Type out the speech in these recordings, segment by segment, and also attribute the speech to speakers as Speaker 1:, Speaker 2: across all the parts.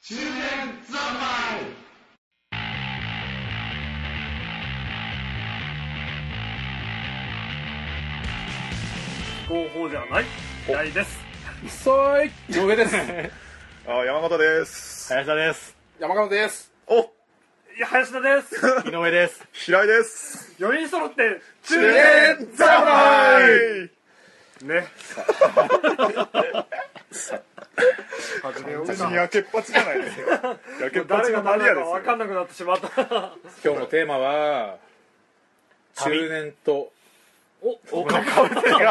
Speaker 1: 中年三昧
Speaker 2: 合法ではないないです
Speaker 3: そーい井上です。
Speaker 4: あ山形です。
Speaker 5: 林田です。
Speaker 3: 山川です。
Speaker 4: お
Speaker 2: いや林田です
Speaker 5: 井上です。
Speaker 4: 平井です。
Speaker 2: 4人揃って中
Speaker 4: 中年侍
Speaker 2: ね
Speaker 3: 始めよう
Speaker 4: 私に焼けっぱちじゃないですよ。焼けっぱ
Speaker 2: 誰
Speaker 4: ち
Speaker 2: が
Speaker 4: の
Speaker 2: 誰
Speaker 4: 何
Speaker 2: だ
Speaker 4: や
Speaker 2: か
Speaker 4: ですよ
Speaker 2: 分。かんなくなってしまった
Speaker 3: 今日のテーマは、中
Speaker 5: 旅
Speaker 3: 年と、
Speaker 5: お、かぶってるよ。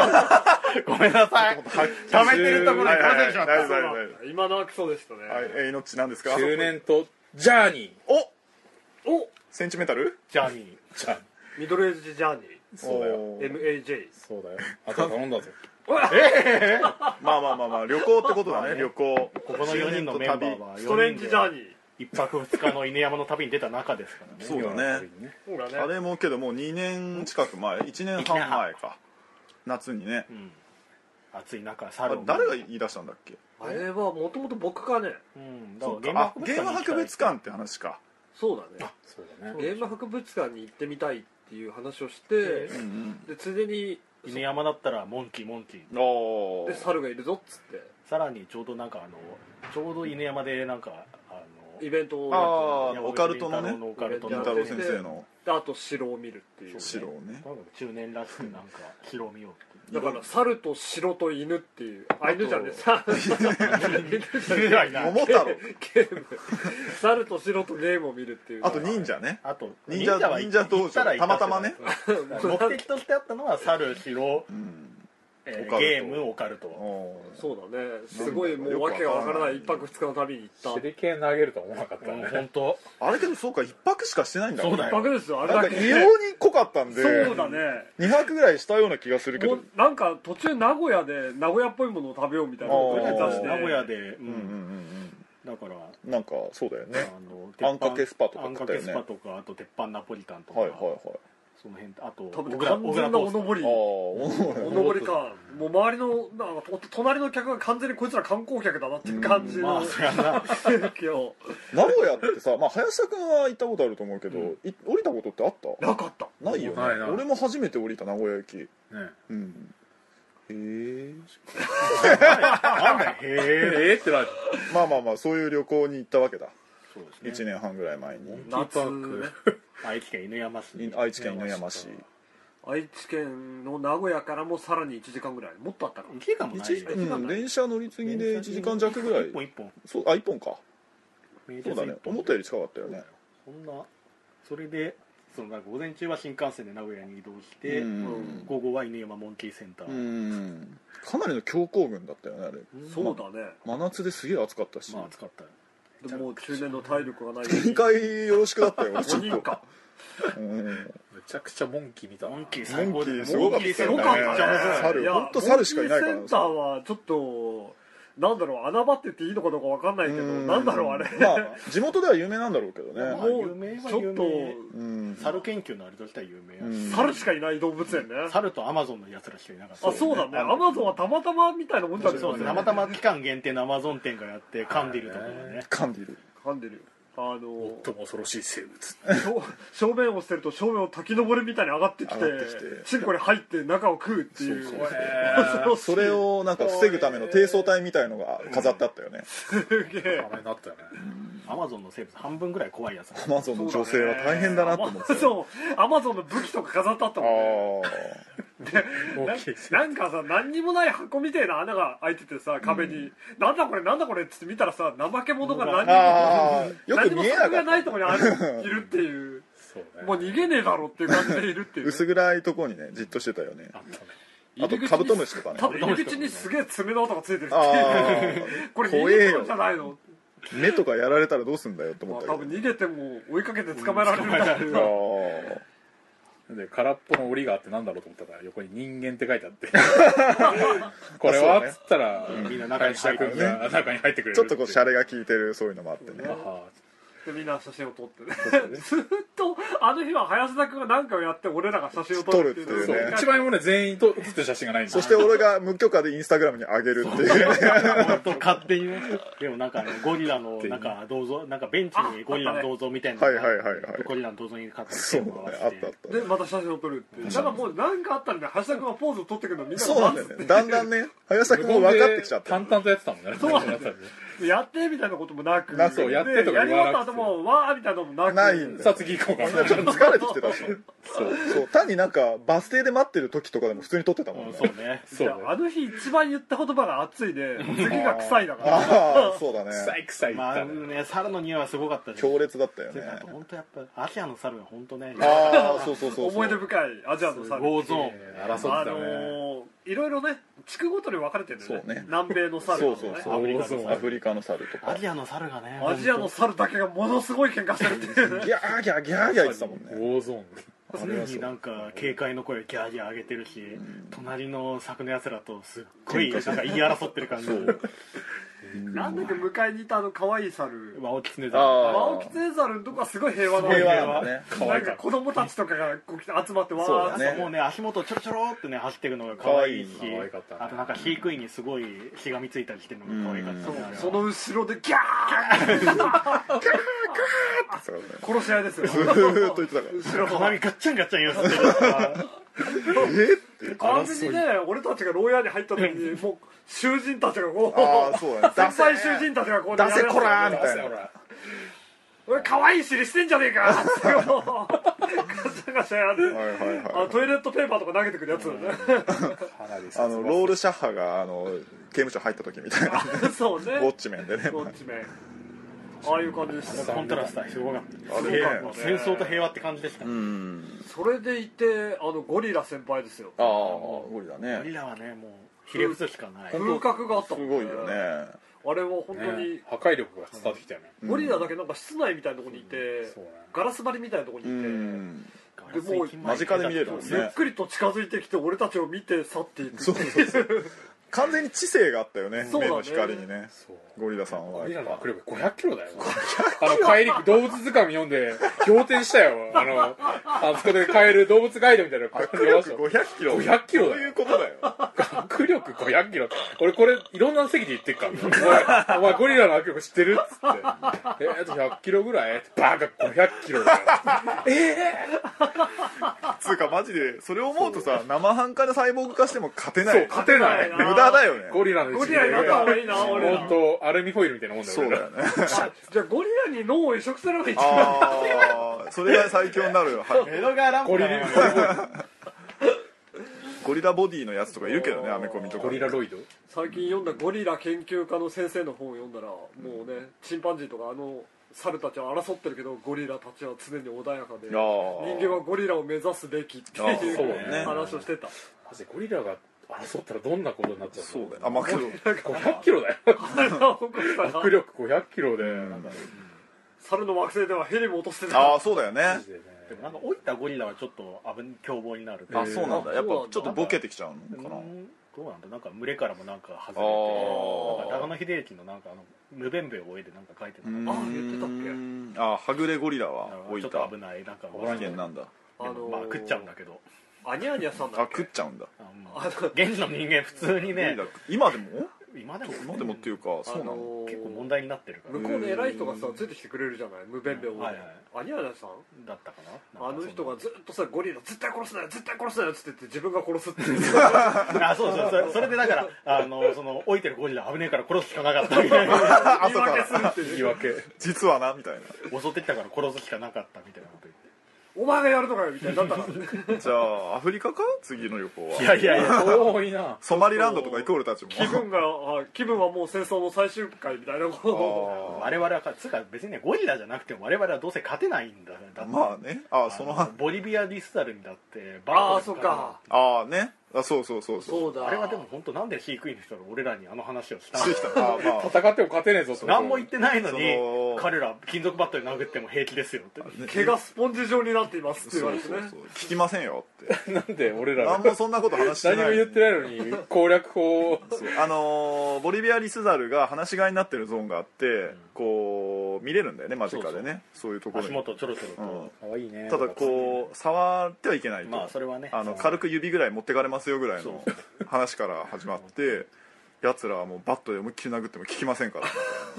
Speaker 5: ごめんなさい。
Speaker 4: は
Speaker 5: 溜めてるところにかぶせてしまった。
Speaker 4: はいはいはい大丈夫大丈
Speaker 2: 今のはクソでしたね、
Speaker 4: 夫はい、えー、命なんですか
Speaker 3: 中年とジャーニ
Speaker 4: お
Speaker 2: お
Speaker 4: センチメンタル
Speaker 5: ジャーニ
Speaker 3: ー。ジャーニ
Speaker 2: ミドルエイジジャーニ
Speaker 3: ー。そうだよ。
Speaker 4: お
Speaker 2: ー
Speaker 4: ー
Speaker 2: MAJ
Speaker 3: そうだよ。あとは頼んだぞ。
Speaker 4: まあまあまあまあ、旅行ってことだね、旅行。
Speaker 5: ー。ここの4人のメンバーは
Speaker 2: ストレンジジャーニー
Speaker 5: 一泊二日の犬山の旅に出た中ですからね。
Speaker 4: そうだね。
Speaker 2: そうだね
Speaker 4: あれもけどもう2年近く前、1年半前か。夏にね。
Speaker 5: 暑い中、
Speaker 4: あ
Speaker 5: 猿
Speaker 4: れ
Speaker 5: を見る
Speaker 4: 誰が言い出したんだっけ
Speaker 2: あれはもともと僕がね
Speaker 5: うん、
Speaker 4: そう
Speaker 5: だ
Speaker 4: か
Speaker 5: か
Speaker 4: あ
Speaker 5: ら
Speaker 4: ゲーム博物
Speaker 5: 館
Speaker 4: 館って話か。
Speaker 2: そうだね
Speaker 3: そうだね。
Speaker 2: ゲーム博物館に行ってみたいっていう話をして
Speaker 4: うんうん。
Speaker 2: でついでに
Speaker 5: 犬山だったらモンキーモンキー。
Speaker 4: お
Speaker 2: で猿がいるぞっつっ
Speaker 5: さらにちょうどなんかあの、ちょうど犬山でなんか、あ
Speaker 2: てイベントを
Speaker 4: あ
Speaker 5: の、
Speaker 4: ーオカルトのね
Speaker 5: オカルト
Speaker 2: イ
Speaker 4: り
Speaker 5: の
Speaker 4: 太郎先生の
Speaker 2: であと城を見るっていう
Speaker 4: 城をね。
Speaker 5: 中年らしくなんか、広みようっていう。
Speaker 2: だから猿と城と犬っていうあ犬じゃねえさ
Speaker 5: 犬がいない
Speaker 4: 桃太郎。
Speaker 2: ゲーム猿と城とゲームを見るっていう
Speaker 4: あと忍者ね。
Speaker 5: あと
Speaker 4: 忍者
Speaker 5: は
Speaker 4: 忍者登場たまたまね
Speaker 5: 目的としてあったのは猿城、
Speaker 4: うん。
Speaker 5: え
Speaker 4: オカル
Speaker 5: ー
Speaker 4: ト
Speaker 5: ゲームオカルト
Speaker 4: おー
Speaker 2: そうだねすごいもうわけがわからない一泊二日の旅に行った
Speaker 3: 手裏剣投げるとは思わなかった
Speaker 5: うん
Speaker 3: ね。
Speaker 5: 本当
Speaker 4: あれけどそうか一泊しかしてないんだ
Speaker 5: そうだ
Speaker 2: 一
Speaker 5: よ
Speaker 2: 泊ですよあれ
Speaker 4: なん
Speaker 2: だ
Speaker 4: か
Speaker 2: け
Speaker 4: 異様に濃かったんで
Speaker 2: そうだね
Speaker 4: 2泊ぐらいしたような気がするけ
Speaker 2: も
Speaker 4: ど
Speaker 2: うなんか途中名古屋で名古屋っぽいものを食べようみたいな
Speaker 4: あー
Speaker 2: ことに出して
Speaker 5: 名古屋で、うん
Speaker 4: うんうん
Speaker 5: だから
Speaker 4: うんなんかそうだよね
Speaker 5: あ
Speaker 4: あんかけスパとか
Speaker 5: あん
Speaker 4: 食
Speaker 5: か
Speaker 4: ったよ
Speaker 5: け
Speaker 4: ね
Speaker 5: スパとかあと鉄板ナポリタンとか、
Speaker 4: はいはいはい
Speaker 5: その辺あと
Speaker 2: 多分
Speaker 5: 小倉
Speaker 2: 完
Speaker 5: 小
Speaker 2: 全
Speaker 5: 倉
Speaker 2: な
Speaker 5: トー
Speaker 2: お
Speaker 5: スト
Speaker 2: のぼり
Speaker 4: ああ
Speaker 2: お
Speaker 4: ー
Speaker 2: のぼりかもう周りのなんかと隣の客が完全にこいつら観光客だなっていう感じ
Speaker 5: ま
Speaker 2: の
Speaker 5: あそりゃな
Speaker 2: 雰囲 気を
Speaker 4: 名古屋ってさまあ林田君は行ったことあると思うけどい降りたことってあった
Speaker 2: なかった
Speaker 4: ないよね
Speaker 3: ないない
Speaker 4: 俺も初めて降りた名古屋駅
Speaker 3: ね
Speaker 4: うんへえ
Speaker 5: なんだよへえ
Speaker 3: えーってなる。
Speaker 4: まあまあまあそういう旅行に行ったわけだ
Speaker 5: そうです
Speaker 4: 1
Speaker 5: ね
Speaker 4: 年半ぐらい前に
Speaker 2: 夏
Speaker 3: ク
Speaker 2: ね
Speaker 5: 愛知県犬山市
Speaker 4: い愛知県犬山市
Speaker 2: 愛知県の名古屋からもさらに1時間ぐらいもっとあったか
Speaker 5: 1時間もないよ
Speaker 4: 一うん電車乗り継ぎで1時間弱ぐら
Speaker 5: 一本
Speaker 4: い
Speaker 5: 一本
Speaker 4: そうあ一本か
Speaker 5: 名鉄
Speaker 4: そ
Speaker 5: 一
Speaker 4: うだ
Speaker 5: 本
Speaker 4: ね思ったより近かったよね
Speaker 5: そんなそれでそのなんか午前中は新幹線で名古屋に移動して、
Speaker 4: うん
Speaker 5: 午後は犬山モンキーセンター、
Speaker 4: うんかなりの強行軍だったよねあれ
Speaker 2: なそうだね
Speaker 4: 真夏ですげえ暑かったし、
Speaker 5: まあ暑かったよ
Speaker 2: でもう中年の体力がない
Speaker 4: 展開よろしくだったよ
Speaker 2: 5人か
Speaker 4: うん
Speaker 3: めちゃくちゃモンキー見たな。
Speaker 5: モンキー
Speaker 4: モ
Speaker 5: 最
Speaker 4: ン
Speaker 5: 高
Speaker 4: キ
Speaker 5: で
Speaker 4: ーすごかったよね
Speaker 2: すごかったね
Speaker 5: めっちゃ面白い
Speaker 4: 猿
Speaker 2: や
Speaker 4: ほんと猿しかいないから
Speaker 2: モンキーセンターはちょっとなんだろう穴場って言っていいのかどうかわかんないけど
Speaker 4: うん
Speaker 2: なんだろうあれ
Speaker 4: まあ地元では有名なんだろうけど
Speaker 5: ま
Speaker 4: ね
Speaker 5: あ
Speaker 2: も
Speaker 5: 有名
Speaker 2: う
Speaker 5: は
Speaker 2: ちょ
Speaker 5: 有
Speaker 2: っ
Speaker 5: 名
Speaker 4: う
Speaker 2: と
Speaker 4: ん
Speaker 5: 猿研究のあれとしては有名やし、
Speaker 4: うん
Speaker 2: 猿しかいない動物園ねあ
Speaker 5: 猿とアマゾンのやつらしかいなかった
Speaker 2: そうだねアマゾンはたまたまみたいなもんじゃ
Speaker 5: そ
Speaker 2: な
Speaker 5: う
Speaker 2: い
Speaker 5: そう
Speaker 2: かね
Speaker 5: 生玉期間限定のアマゾン店がやってカンディルとかがね
Speaker 4: 噛んでいる
Speaker 2: 噛んでるよあ
Speaker 3: も
Speaker 2: の
Speaker 3: っとも恐ろしい生物。
Speaker 2: 正正面を捨てると正面を滝登りみたいに上がってきて
Speaker 4: 上がってきて
Speaker 2: チンコに入って中を食うっていう
Speaker 4: そうそう
Speaker 2: 恐ろしい
Speaker 4: それをなんか防ぐための低層帯みたいのが飾ってあったよね
Speaker 2: すげえ
Speaker 3: 名前になったよね。
Speaker 5: アマゾンの生物半分ぐらい怖いやつ
Speaker 4: アマゾンの女性は大変だなと思ってた よ
Speaker 2: そうアマゾンの武器とか飾ってあった
Speaker 4: あ
Speaker 2: もんね
Speaker 3: モ
Speaker 2: な
Speaker 3: ンキー。
Speaker 2: なんかさ何にもない箱みたいな穴が開いててさ壁に、なんだこれなんだこれっつって見たらさ怠け者が何
Speaker 4: ああ
Speaker 2: にも
Speaker 4: よ
Speaker 2: 何
Speaker 4: く
Speaker 2: にも
Speaker 4: 見え
Speaker 2: 柵
Speaker 4: なか
Speaker 2: が
Speaker 4: っ
Speaker 2: な
Speaker 4: た
Speaker 2: いとこにあるいるっていう
Speaker 3: そうね。
Speaker 2: もう逃げねえだろっていう感じでいるっていう、
Speaker 4: 薄暗いとこにねじっとしてたよね
Speaker 3: あったね。
Speaker 4: あとカブトムシとかね
Speaker 2: 多分入り口にすげえ爪の跡がついてるって
Speaker 4: あ
Speaker 2: いう
Speaker 4: ー
Speaker 2: これ逃げてんじゃないの
Speaker 4: あ目とかやられたらどうすんだよって
Speaker 2: ま
Speaker 4: 思
Speaker 2: あ
Speaker 4: った
Speaker 2: 多
Speaker 4: け
Speaker 2: 分
Speaker 4: ど
Speaker 2: 逃げても追いかけて捕まえられるんだけ
Speaker 4: あ
Speaker 2: ど
Speaker 4: ー
Speaker 3: で空っぽの檻があってなんだろうと思ったら横に「人間」って書い てあってこれ
Speaker 4: あそう
Speaker 3: は
Speaker 4: ね
Speaker 3: っつったら
Speaker 5: みんな中
Speaker 3: 中
Speaker 5: に入
Speaker 3: に入
Speaker 5: ってくる
Speaker 3: ってくる中に入ってくれる
Speaker 4: ちょっとこうシャ
Speaker 3: レ
Speaker 4: レが効いてるそういうのもあってね
Speaker 2: でみんな写真を撮ってね ずーっとあの日は林田君が何かをやって俺らが写真を撮るっていう
Speaker 4: 撮るっていう
Speaker 2: そ
Speaker 4: ね
Speaker 2: う
Speaker 3: 一枚もね全員と写ってる写真がないんで
Speaker 4: そして俺が無許可でインスタグラムに上げるっていうね
Speaker 5: 本当勝手にねでもなんかねゴリラのなんか銅像なんかベンチにゴリラの銅像みたいなのが
Speaker 4: はいはいはいはい
Speaker 5: ゴリラの銅像に勝ったりし
Speaker 4: そ
Speaker 5: て
Speaker 4: う
Speaker 5: る
Speaker 4: ね
Speaker 5: のが
Speaker 4: あ
Speaker 5: あ
Speaker 4: っ
Speaker 5: った
Speaker 4: あ
Speaker 5: て
Speaker 4: った
Speaker 2: でまた写真を撮るっていうだからもう何かあったらね林田君がポーズを撮ってくるのみんな
Speaker 4: そうなんだよねだんだんね林田君も分かってきちゃって
Speaker 3: 淡々とやってたもんね
Speaker 2: そうなんだよ
Speaker 3: やってたんで
Speaker 2: やってみたいなこともなく
Speaker 4: なそう
Speaker 3: やってとか
Speaker 2: で
Speaker 3: 言
Speaker 2: やり終わ
Speaker 3: わ
Speaker 2: った後もわ
Speaker 3: なくて
Speaker 2: ーみたいなのもなく
Speaker 4: ないんだ
Speaker 3: さあ次行こうか
Speaker 4: ちょっと疲れてきてたし
Speaker 3: そう
Speaker 4: そう単になんかバス停で待ってる時とかでも普通に撮ってたもん
Speaker 5: うん
Speaker 4: ね
Speaker 5: そうね
Speaker 3: そう
Speaker 2: いやあの日一番言った言葉が熱いで次が臭いだから
Speaker 4: ああそうだね
Speaker 3: 臭い臭い言っ
Speaker 5: まあ
Speaker 3: たね
Speaker 5: ね猿の匂いはすごかったです
Speaker 4: 強烈だったよね
Speaker 5: あと本当やっぱアジアの猿は本当ね
Speaker 4: ああそうそうそうそう
Speaker 2: 思い出深いアジアのサ
Speaker 5: ゴーゾーン
Speaker 3: 争って
Speaker 2: あ
Speaker 3: た
Speaker 2: の
Speaker 3: ね
Speaker 2: ーいろいろね地区ごとに分かれてるんだよ
Speaker 4: そうね
Speaker 2: 南米の猿
Speaker 4: そ
Speaker 2: と
Speaker 4: う
Speaker 2: か
Speaker 4: そう
Speaker 2: ね
Speaker 4: そう
Speaker 5: アフリカの猿
Speaker 4: アフリカの猿とか
Speaker 5: アジアの猿がね
Speaker 2: アジアの猿だけがものすごい喧嘩してるっていうね
Speaker 4: ギャーギャーギャーギャー言ってたもんね
Speaker 3: 大ゾーン
Speaker 5: 常になんか警戒の声をギャーギャー上げてるし、隣の柵のやつらとすっごいなんか言い争ってる感じ
Speaker 2: なんだっけ迎えにいたあの可愛い猿
Speaker 5: ワオキツネ
Speaker 4: あ
Speaker 5: ザ
Speaker 2: ワオキツネザルのとこはすごい平和な
Speaker 4: 平和
Speaker 2: な
Speaker 4: なんだね
Speaker 3: 可愛
Speaker 2: んか
Speaker 3: かった
Speaker 2: 子供たちとかがこう来て集まってわ
Speaker 4: そうだ
Speaker 2: ー
Speaker 4: ね
Speaker 2: っ
Speaker 5: ルもうね足元ちょろちょろってね走ってるのが可愛いし
Speaker 3: 可愛い可愛かったね
Speaker 5: あとなんか飼育員にすごいしがみついたりしてるのが可愛かったね
Speaker 2: て
Speaker 5: あれは
Speaker 2: その後ろでギャー
Speaker 4: そうだね
Speaker 2: 殺し合いですよ
Speaker 4: ずーっと言ってたから
Speaker 2: 後ろ
Speaker 5: 鏡ガッチャンガッチャン言わせてる
Speaker 2: 完全にね俺たちが牢屋に入った時にもう囚人たちがこう
Speaker 4: ああそうだ ね
Speaker 2: 先輩囚人たちがこう
Speaker 4: 出せこら
Speaker 2: ー
Speaker 4: ーみたいな
Speaker 2: 俺可愛い尻してんじゃねえかって こうガシャガシャやって、
Speaker 4: はいはいはい
Speaker 2: あトイレットペーパーとか投げてくるやつだ ね、
Speaker 3: かなり
Speaker 4: あのロールシャッハがあの刑務所入った時みたいな
Speaker 2: そうね
Speaker 4: ウォッチメンでね
Speaker 2: ウォッチメンああいう感じでした
Speaker 5: コントラストはすごかった
Speaker 4: あれ
Speaker 5: 平
Speaker 4: ね
Speaker 5: 和戦争と平和って感じでした、
Speaker 4: うん
Speaker 2: それでいてあのゴリラ先輩ですよ
Speaker 4: ああゴリラ
Speaker 5: ゴリ
Speaker 4: ね
Speaker 5: ラはねもうひれ伏すしかない
Speaker 2: 風格があった
Speaker 4: す
Speaker 2: もん
Speaker 4: ごいよね
Speaker 2: あれは本当に、
Speaker 3: ね破壊力が伝わってきたよね
Speaker 2: ゴリラだけなんか室内みたいなとこにいて、
Speaker 3: そうね
Speaker 2: ガラス張りみたいなとこに
Speaker 4: う
Speaker 2: いて、
Speaker 4: ん
Speaker 5: ガラス
Speaker 4: 間近で見れるもんね
Speaker 2: ゆっくりと近づいてきて俺たちを見て去っていく
Speaker 4: そうそうそう完全に知性があったよね
Speaker 2: そうだ
Speaker 4: 目
Speaker 2: ね
Speaker 4: の光にね
Speaker 3: そう
Speaker 4: ゴリラさんは
Speaker 3: ゴリラの握力500キロだよ。あの、帰り、動物図鑑読んで、仰天したよ。あの、あそこで買える動物ガイドみたいなの買って
Speaker 4: 握力500キロ
Speaker 3: 500キロ
Speaker 4: そ
Speaker 3: だ
Speaker 4: ういう
Speaker 3: よ。
Speaker 4: ことだよ
Speaker 3: 握力500キロって。俺これ、いろんな席で言ってっから。お前、お前ゴリラの握力知ってるっつって。え、あと100キロぐらいバカ500キロだよ。
Speaker 4: つうかマジでそれを思うとさ生半可なサイボーグ化しても勝てな
Speaker 3: そう、
Speaker 4: い
Speaker 3: 勝てな
Speaker 2: 勝
Speaker 3: い。
Speaker 2: てない
Speaker 4: 無駄だよね
Speaker 3: ゴリラの
Speaker 2: ゴリラになった方がいいな俺ら
Speaker 3: 本当アルミホイルみたいなもんだよ。
Speaker 4: そうだよね
Speaker 2: じゃあゴリラに脳を移植すればいいじゃん
Speaker 4: ああそれが最強になるよはい
Speaker 5: 江戸川乱歩
Speaker 3: ゴリ
Speaker 5: だ
Speaker 3: ラ
Speaker 5: よ、
Speaker 4: ゴリラボディのやつとかいるけどねアメコミとか
Speaker 3: ゴリラロイド
Speaker 2: 最近読んだゴリラ研究家の先生の本を読んだらもうねチンパンジーとかあの猿たちは争ってるけどゴリラたちは常に穏やかで
Speaker 4: あー
Speaker 2: 人間はゴリラを目指すべきって
Speaker 4: あーそう
Speaker 2: いう
Speaker 4: ね
Speaker 2: 話をしてた
Speaker 3: マジでゴリラが争ったらどんなことになっちゃうの
Speaker 4: そうだよあまあけど
Speaker 3: 500キロだよ
Speaker 2: 体を起こした
Speaker 3: 握
Speaker 2: ら
Speaker 3: 力500キロで、
Speaker 2: 猿の惑星ではヘリも落として
Speaker 4: あ
Speaker 2: た
Speaker 4: あそうだよね
Speaker 5: でもなんか老いたゴリラはちょっと危ん凶暴になる
Speaker 4: あそうなんだやっぱ
Speaker 2: そうなんだ
Speaker 4: ちょっとボケてきちゃう
Speaker 5: うん
Speaker 4: のかな
Speaker 5: どうなんだなんか群れからもなんか外
Speaker 4: あ
Speaker 5: れてな
Speaker 4: ー
Speaker 5: んか長野秀之のなんかあの無弁兵衛を追いでなんか書いてたの
Speaker 4: う
Speaker 5: か
Speaker 2: あ言ってたっけ
Speaker 4: ーんあはぐれゴリラ
Speaker 5: な
Speaker 4: は置い
Speaker 5: ちょ
Speaker 4: た
Speaker 5: っと危ないなんか
Speaker 4: 危険なんだ
Speaker 2: あ
Speaker 5: でもまあ食っちゃうんだけど
Speaker 2: アニャーニャさん
Speaker 4: あ
Speaker 2: だっ
Speaker 4: 食
Speaker 2: け
Speaker 4: っちゃうんだ
Speaker 5: あうん
Speaker 2: あの
Speaker 5: 現地の人間普通に
Speaker 4: ゴリ
Speaker 5: ね
Speaker 4: ラ今でも
Speaker 5: 今でも
Speaker 4: 今でもっていうかそうな
Speaker 2: あの
Speaker 4: の
Speaker 5: 結構問題になってるから
Speaker 2: 向こうの偉い人がさついてきてくれるじゃない無弁病
Speaker 5: は
Speaker 2: で
Speaker 5: いは
Speaker 2: ア
Speaker 5: い
Speaker 2: ニャーニャさん
Speaker 5: だったかな
Speaker 2: あ
Speaker 5: なんかそん
Speaker 2: の
Speaker 5: な
Speaker 2: 人がずっとさゴリラ絶対殺すなよ絶対殺すなよっつって言って自分が殺すって いう
Speaker 5: あそうそうそれそれでだからあのその置いてるゴリラ危ねえから殺すしかなかったみたいな
Speaker 2: 言い訳するっていう
Speaker 3: 言い訳
Speaker 4: 実はなみたい
Speaker 5: 襲ってきたから殺すしかなかったみたいなこと
Speaker 2: お前がやるのかよみたいになったからね
Speaker 4: なじゃあアフリカか次の旅行
Speaker 5: 言
Speaker 4: は
Speaker 5: っていやいやいや
Speaker 3: 多いな
Speaker 4: ソマリランドとか行く俺たちも
Speaker 2: 気分があ気分はもう戦争の最終回みたいなこ
Speaker 5: 我々はつうか別にねゴリラじゃなくても我々はどうせ勝てないんだだ
Speaker 4: あ
Speaker 5: って
Speaker 4: ーまあねあーその
Speaker 5: あの
Speaker 4: あ
Speaker 5: ボリビアディスタルにだって
Speaker 2: と
Speaker 5: バ
Speaker 2: あ
Speaker 5: ー
Speaker 2: あそうか
Speaker 4: あーねあそうそうそうそう
Speaker 2: そうだ
Speaker 5: あれはでも本当なんで飼育員の人が俺らにあの話をしたの
Speaker 4: してきたあーまあ
Speaker 3: 戦っても勝てねえぞって
Speaker 5: 何も言ってないの
Speaker 4: そ
Speaker 5: に
Speaker 4: の
Speaker 5: 彼ら金属バットで殴っても平気ですよって
Speaker 2: 毛がスポンジ状になっていますって言われてね
Speaker 4: 聞きませんよって
Speaker 3: なんで俺ら
Speaker 4: 何
Speaker 3: が
Speaker 4: もそんなこと話して
Speaker 3: 何
Speaker 4: ない
Speaker 3: も言ってないのに攻略法を
Speaker 4: そうあのーボリビアリスザルが放し飼いになってるゾーンがあって、こう見れるんだよね間近でねそういうところ
Speaker 5: 足
Speaker 4: に
Speaker 5: 元ちょろちょろと、
Speaker 3: 可愛いね
Speaker 4: ただこう触ってはいけないと、
Speaker 5: まあそれはね
Speaker 4: あの軽く指ぐらい持ってかれますよぐらいの
Speaker 5: そ
Speaker 4: 話から始まってやつらはもうバットで思いっきり殴っても効きませんから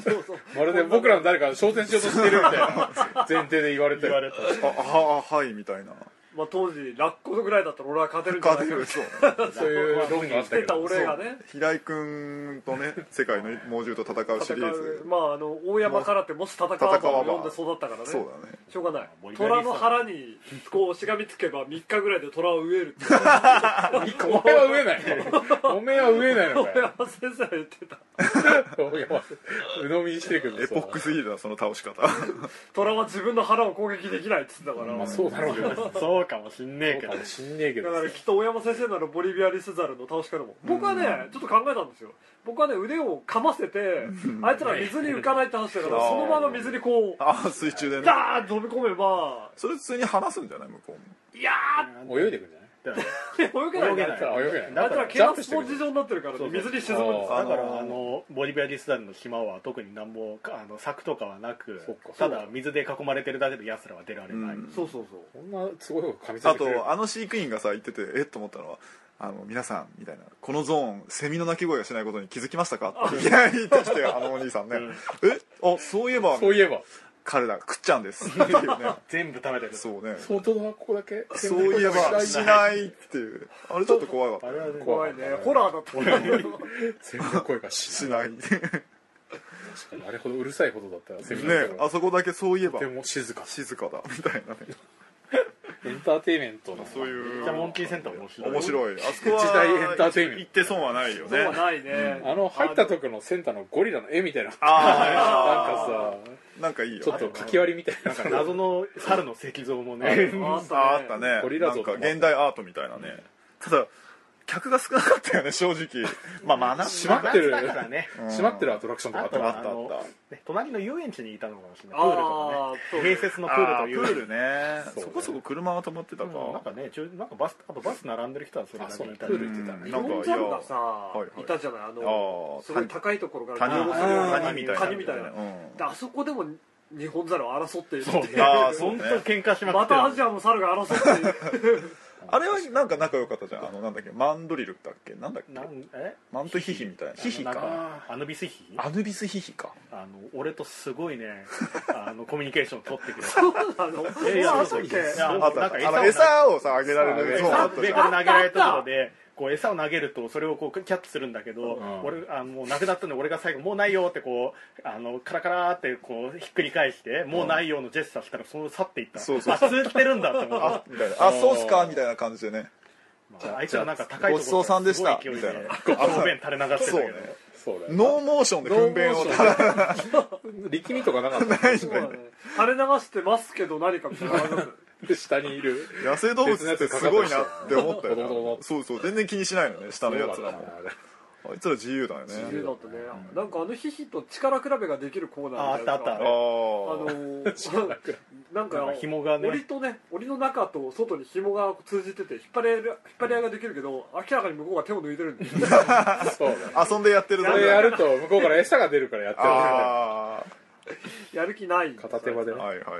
Speaker 2: そうそう
Speaker 3: まるで僕らの誰かが挑戦しようとしてるみたいな前提で言われて
Speaker 5: 言われた
Speaker 4: あああはいみたいな
Speaker 2: まあ当時ラッコぐらいだったら俺は勝てるんじゃ
Speaker 4: 勝
Speaker 2: ない
Speaker 4: て
Speaker 2: か
Speaker 4: るそう
Speaker 3: そういう論議あっ
Speaker 2: したて
Speaker 3: け
Speaker 2: た
Speaker 3: ど
Speaker 2: 俺がね
Speaker 4: 平井君とね世界の猛獣と戦うシ
Speaker 2: 戦
Speaker 4: リーズ
Speaker 2: うまああの大山からってもし戦わば
Speaker 4: 戦わば
Speaker 2: 呼んで育ったからね
Speaker 4: そうだね
Speaker 2: しょうがない
Speaker 5: もういきなりさ
Speaker 2: 虎の腹にこうしがみつけば3日ぐらいで虎を植える って
Speaker 3: お前は飢えないお前は飢えないのか
Speaker 2: 大
Speaker 3: よ
Speaker 2: 山先生は言ってた
Speaker 3: 鵜呑みにしてるけどさ
Speaker 4: エポックすぎるなその倒し方
Speaker 2: 虎は自分の腹を攻撃できないっつってたから、
Speaker 3: まあそうだろうけどそ
Speaker 5: そうかもしんねえ
Speaker 3: う
Speaker 5: け
Speaker 3: か
Speaker 5: ど
Speaker 3: もしんねえけ
Speaker 2: だ
Speaker 3: ど
Speaker 2: か
Speaker 3: さ
Speaker 2: らきっと大山先生ならボリビアリスザルの倒し方も僕はねちょっと考えたんですよ僕はね腕をかませてあいつら水に浮かないって話だから
Speaker 4: あー
Speaker 2: そのまま水にこう
Speaker 4: ああ水中でね
Speaker 2: ダーン飛び込めば
Speaker 4: それ普通に話すんじゃない向こうも
Speaker 2: いや
Speaker 3: 泳いでくんじゃない
Speaker 5: だから
Speaker 2: ーって泳げない
Speaker 5: 泳げ
Speaker 2: から
Speaker 5: な
Speaker 3: だ
Speaker 5: い
Speaker 3: から泳げな
Speaker 2: あ
Speaker 3: い
Speaker 2: いつら
Speaker 3: ジ
Speaker 2: 毛
Speaker 3: ャン
Speaker 2: が
Speaker 3: プし
Speaker 2: ス
Speaker 3: て
Speaker 2: ポ
Speaker 3: く
Speaker 2: ン
Speaker 3: る
Speaker 2: ジ状になってるからね
Speaker 5: そうそう
Speaker 2: 水に沈むんですよ
Speaker 4: あ
Speaker 5: だから、
Speaker 4: のー
Speaker 5: あのボリビアリスダルの島は特に何もあの柵とかはなく
Speaker 3: そっか
Speaker 5: ただ水で囲まれてるだけで奴らは出られない、
Speaker 4: うん
Speaker 2: そうそうそう
Speaker 3: こんなすごいこと噛みつい
Speaker 4: あ
Speaker 3: てくれる
Speaker 4: とあの飼育員がさ言っててえっと思ったのはあの皆さんみたいなこのゾーンセミの鳴き声がしないことに気づきましたかっていきなり言ってきてあのお兄さんね、えあそういえば
Speaker 3: そういえば
Speaker 4: 彼らくっちゃんですっていうね
Speaker 5: 全部食べてる
Speaker 4: そうね
Speaker 3: 相当だなここだけ
Speaker 4: そういえばしないっていうあれちょっと怖か
Speaker 5: あ
Speaker 4: っ
Speaker 5: れはね
Speaker 2: 怖いねホラーだったね
Speaker 3: 全然声が
Speaker 4: た
Speaker 3: し
Speaker 4: し
Speaker 3: ない
Speaker 4: ないね
Speaker 3: 確かにあれほどうるさいほどだったらセミの声が
Speaker 4: あそこだけそういえば
Speaker 3: とても静か
Speaker 4: 静かだみたいなね
Speaker 3: エンターテインメントの
Speaker 4: そういう
Speaker 5: じゃあモンキーセンター面白い
Speaker 4: 面白いあそこは
Speaker 3: 時代エンターテインメント
Speaker 4: 行って損はないよ
Speaker 2: そ
Speaker 4: ね
Speaker 2: うはないね
Speaker 3: あの入った時のセンターのゴリラの絵みたいななんか
Speaker 4: あ
Speaker 3: さ
Speaker 4: あなんかいいよ
Speaker 3: ちょっとかき割りみたいな
Speaker 5: なんか謎の猿の石像もね
Speaker 2: あったね
Speaker 4: ああったね
Speaker 3: ゴリラ像
Speaker 4: なんか現代アートみたいなねただ客が少なかったよね正直まあまあな
Speaker 3: 閉まってる
Speaker 5: だからね
Speaker 3: 閉まってるアトラクションとかあった
Speaker 4: あ
Speaker 3: な
Speaker 4: ったあったあっ
Speaker 5: ね隣の遊園地にいたのかもしれないプール
Speaker 2: ああ
Speaker 5: とかね併設のプ
Speaker 4: た
Speaker 5: ールと
Speaker 4: あ
Speaker 5: いう
Speaker 4: プールね
Speaker 3: そう
Speaker 4: そこそこ車は止まってたか
Speaker 5: うんなんかね中なんかバスあとバス並んでる人はそれだけいた
Speaker 3: あそうねプール
Speaker 4: う
Speaker 3: 行って
Speaker 4: ん
Speaker 3: た
Speaker 4: な
Speaker 3: ね
Speaker 4: ん
Speaker 2: モン
Speaker 4: かい
Speaker 2: ジャン
Speaker 4: や
Speaker 2: がさ
Speaker 4: いはい
Speaker 2: いたじゃないあ
Speaker 4: あ
Speaker 2: の
Speaker 4: ー
Speaker 2: すごい高いところから
Speaker 4: 谷
Speaker 2: 移動するような
Speaker 4: 谷みたいな
Speaker 2: カニみたいな
Speaker 4: うん
Speaker 2: であそこでも日本猿を争っている
Speaker 5: そう
Speaker 2: ってい
Speaker 5: ね
Speaker 4: あーそ
Speaker 5: 本
Speaker 4: うね
Speaker 5: 当喧嘩しまく
Speaker 2: ま
Speaker 5: って
Speaker 2: たア
Speaker 5: る
Speaker 2: ジアの猿が争っている
Speaker 4: あれはなんか仲良かったじゃんあのなんだっけマンドリルだっけなんだっけ
Speaker 5: なんえ
Speaker 4: マントヒヒみたいなヒヒ
Speaker 5: なん
Speaker 4: か
Speaker 5: アヌビスヒ
Speaker 4: アヌビスヒヒか
Speaker 5: あの俺とすごいねあのコミュニケーション取ってくれ
Speaker 2: そうなの
Speaker 5: いやいや
Speaker 2: あったっけ
Speaker 5: そうです
Speaker 4: あ
Speaker 5: なん
Speaker 4: っ
Speaker 5: か
Speaker 4: たあ
Speaker 5: 餌を
Speaker 4: の餌をさあげられる
Speaker 3: 餌
Speaker 4: ゾーンあったじ
Speaker 5: 上
Speaker 4: ゃ
Speaker 5: か
Speaker 4: ん
Speaker 5: ら投げられたところでこう餌を投げるとそれをこうキャッチするんだけど、
Speaker 3: ん
Speaker 5: 俺あもうなくなったんで俺が最後「もうないよ」ってこうあのカラカラってこうひっくり返して「もうないよ」のジェスチャーしたらその去っていった
Speaker 4: そうそう
Speaker 5: あ続いてるんだって思う
Speaker 4: あみたいなあそうっすかみたいな感じでね
Speaker 5: まああいつはなんか高いところ
Speaker 4: ごちそうさんでした
Speaker 5: すごい勢いで
Speaker 4: み
Speaker 5: ご方便垂れ流してた
Speaker 4: そう
Speaker 5: け
Speaker 4: ね
Speaker 5: ど、
Speaker 3: そうだよ
Speaker 4: ノーモーションで
Speaker 3: ノ
Speaker 4: 糞
Speaker 3: ー
Speaker 4: 便
Speaker 3: モ
Speaker 4: を
Speaker 3: ー
Speaker 4: 垂
Speaker 3: ション力みとかなかった
Speaker 2: そうだね垂れ流してますけど何かみたいな
Speaker 3: 下にい る
Speaker 4: 野生動物ってすごいなって思ったよ
Speaker 3: 別のやつかかってましたよ
Speaker 4: な
Speaker 3: ね
Speaker 4: そうそう全然気にしないのね下のやつら
Speaker 3: そう
Speaker 4: も
Speaker 3: だね
Speaker 4: あ いつら自由だよね
Speaker 2: 自由だったねなんかあのヒヒと力比べができるコーナーみたいなのが
Speaker 5: あったあ
Speaker 2: あ
Speaker 5: った
Speaker 4: あー
Speaker 2: のーなん
Speaker 5: なん
Speaker 2: か
Speaker 5: か紐がね
Speaker 2: 檻とね檻の中と外に紐が通じてて引っ張り合い引っ張り合いができるけど明らかに向こうが手を抜いてるんで
Speaker 3: そうだね
Speaker 4: 遊んでやってるぞ
Speaker 3: これやると向こうから餌が出るからやってる
Speaker 4: あ
Speaker 2: やる気ない
Speaker 3: 片手間で
Speaker 4: あ
Speaker 3: ね
Speaker 4: はいはいはい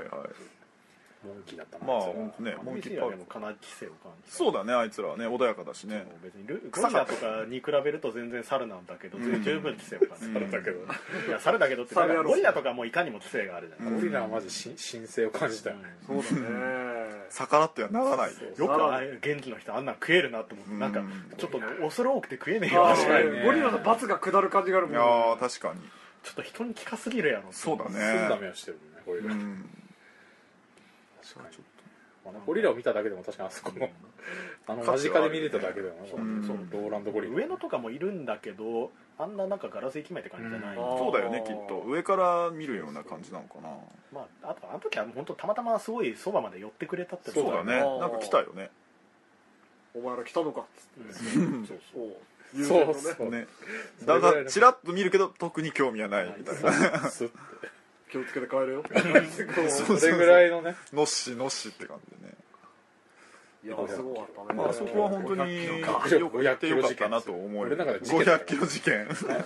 Speaker 5: モンキーだった
Speaker 4: ま
Speaker 5: それは
Speaker 4: あねモンキーパーク
Speaker 5: でもかなり規制を感じた
Speaker 4: そうだねあいつらはね穏やかだしね
Speaker 5: 別にルゴリラとかに比べると全然猿なんだけど十分規制を感じた
Speaker 3: だけど
Speaker 5: いや猿だけどって
Speaker 2: 猿野郎
Speaker 5: ゴリラとかもういかにも知性があるじゃない、
Speaker 3: ゴリラはマジし神聖を感じたよね
Speaker 2: そうだね
Speaker 4: 逆らってはならないよ
Speaker 5: よくああいう元気の人あんなん食えるなと思って、なんかちょっとね恐れ多くて食えねえよ
Speaker 2: あ
Speaker 5: 確かに
Speaker 3: ね
Speaker 2: ーゴリラの罰が下る感じがあるもん
Speaker 4: いやー確かに
Speaker 5: ちょっと人に聞かすぎるやろ
Speaker 4: そうだ
Speaker 3: 澄んだ
Speaker 4: ね
Speaker 3: 目をしてるもんねゴリラ
Speaker 4: うん
Speaker 5: まあなんか
Speaker 3: ゴリラを見ただけでも確かにあそこのあの間近で見れただけでもそうローランドゴリラ
Speaker 5: 上野とかもいるんだけどあんななんかガラス駅前って感じじゃない、
Speaker 2: うんあー
Speaker 4: そうだよねきっと上から見るような感じなのかな
Speaker 5: まあ、あとあの時は本当たまたますごいそばまで寄ってくれたって
Speaker 4: そうだね
Speaker 2: あー
Speaker 4: なんか来たよね
Speaker 2: お前ら来たのかっつって
Speaker 5: うんそうそ
Speaker 2: そ
Speaker 5: う
Speaker 2: う
Speaker 3: そう
Speaker 2: 友人のね
Speaker 3: そう
Speaker 4: ね
Speaker 3: そ
Speaker 4: だ
Speaker 3: れぐらいの
Speaker 4: がチラッと見るけど特に興味はないみたいな
Speaker 3: スッて
Speaker 2: 気をつけて帰れよ
Speaker 4: そうそう
Speaker 3: それぐらいのね
Speaker 4: のっしのっしって感じでね
Speaker 2: いやすごかったね、
Speaker 4: まああそこは本当に
Speaker 2: 500キロ
Speaker 4: よ
Speaker 2: か
Speaker 4: くやってよかったなと思う
Speaker 3: 俺の中で事件
Speaker 4: 500キロ事件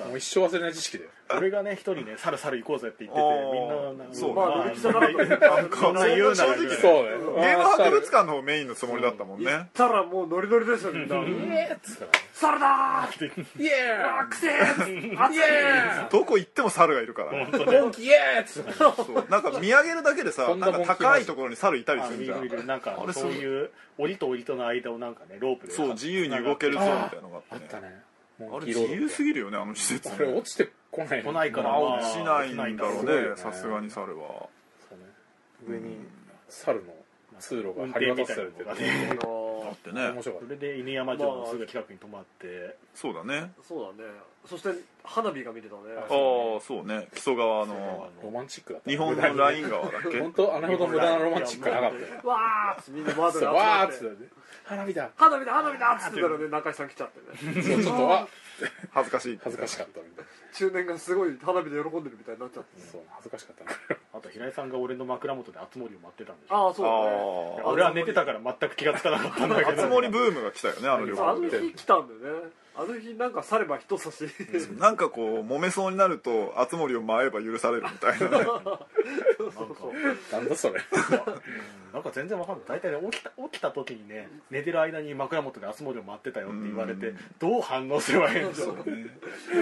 Speaker 3: もう一生忘れない知識で
Speaker 5: 俺がね一人ね「猿猿行こうぜ」って言って
Speaker 4: あ
Speaker 5: て
Speaker 4: ー
Speaker 5: みんななんか
Speaker 4: そう
Speaker 2: まあ履歴書なかったけ
Speaker 4: なん
Speaker 5: そ
Speaker 4: か
Speaker 5: んな言うなら
Speaker 4: 正直
Speaker 3: そうね
Speaker 4: ゲーム博物館の方メインのつもりだったもん
Speaker 2: ど行
Speaker 4: ね
Speaker 2: ったらもうノリノリですよみんな
Speaker 3: えっつったか
Speaker 2: 「猿だ!」って
Speaker 3: らイエ
Speaker 2: 「アクセス!」熱い
Speaker 4: どこ行っても猿がいるからね
Speaker 3: ーイモンキーイエーっつったから
Speaker 4: そうなんか見上げるだけでさ
Speaker 3: そん
Speaker 4: な
Speaker 3: なん
Speaker 4: か
Speaker 3: もん
Speaker 4: 高いところに猿いたり
Speaker 5: あ
Speaker 4: する
Speaker 5: 見
Speaker 4: じゃ
Speaker 5: る見
Speaker 4: ん
Speaker 5: るなんか
Speaker 4: あれ
Speaker 5: そういう檻と檻との間をなんかねロープで
Speaker 4: そう自由に動けるゾーンみたいなのがあ
Speaker 3: あ
Speaker 4: っ
Speaker 3: ってた
Speaker 4: ね
Speaker 3: ね
Speaker 4: あれ自由すぎるよねあの施設
Speaker 3: あれ落ちてこない
Speaker 5: 来ないから
Speaker 4: まあ
Speaker 5: まあ
Speaker 4: 落ちないんだろう
Speaker 3: すごいよ
Speaker 4: ね
Speaker 3: ね
Speaker 4: さすがに猿は
Speaker 3: そうね上に猿の通路
Speaker 5: 運
Speaker 3: が張り
Speaker 5: 転み
Speaker 3: 渡
Speaker 5: たい
Speaker 3: さ
Speaker 5: なのが
Speaker 3: れてる
Speaker 5: ね
Speaker 4: だ
Speaker 2: そ
Speaker 4: って
Speaker 3: 面
Speaker 4: ね
Speaker 3: 白か
Speaker 5: そ
Speaker 3: っ
Speaker 5: れで犬山城のすぐ近くに泊まって
Speaker 4: そうだね
Speaker 2: うだねそして花火が見れたね
Speaker 4: ああ
Speaker 3: そ
Speaker 4: そうね木曽川の
Speaker 3: たロマンチックだった
Speaker 4: 日本のライン川だっけ
Speaker 3: 本当あれほど無駄なロマンチックはなかったよ
Speaker 2: わーっつってみんな窓に集
Speaker 3: そ
Speaker 2: ま
Speaker 3: うわ
Speaker 2: っ
Speaker 3: ーっつってて花火だ
Speaker 2: 花火だ花火だっつってたらね中井さん来ちゃってね
Speaker 3: そうちょっとあ
Speaker 4: 恥ずかしい
Speaker 3: 恥ずかしかったみたい
Speaker 2: 中年がすごい花火で喜んでるみたいになっちゃって
Speaker 3: なそう恥ずかしかったな
Speaker 5: あと平井さんが俺の枕元で熱森を待ってたんでしょ
Speaker 2: ああそうだね
Speaker 5: い
Speaker 4: あ
Speaker 5: や俺は寝てたから全く気がつかなかったんだけ
Speaker 4: あ
Speaker 5: ど
Speaker 4: つ森ブームが来たよねあの旅
Speaker 2: そうあ
Speaker 4: 行
Speaker 2: の日来たんだよねあの日なんかされば人差し
Speaker 4: なんかこう揉めそうになると熱森を舞えば許されるみたいなね
Speaker 2: そうそうそう
Speaker 3: なんだそれ
Speaker 5: なんか全然わかんない大体ね起きた起きた時にね寝てる間に枕元で熱森を待ってたよって言われてどう反応すればいいんでしょう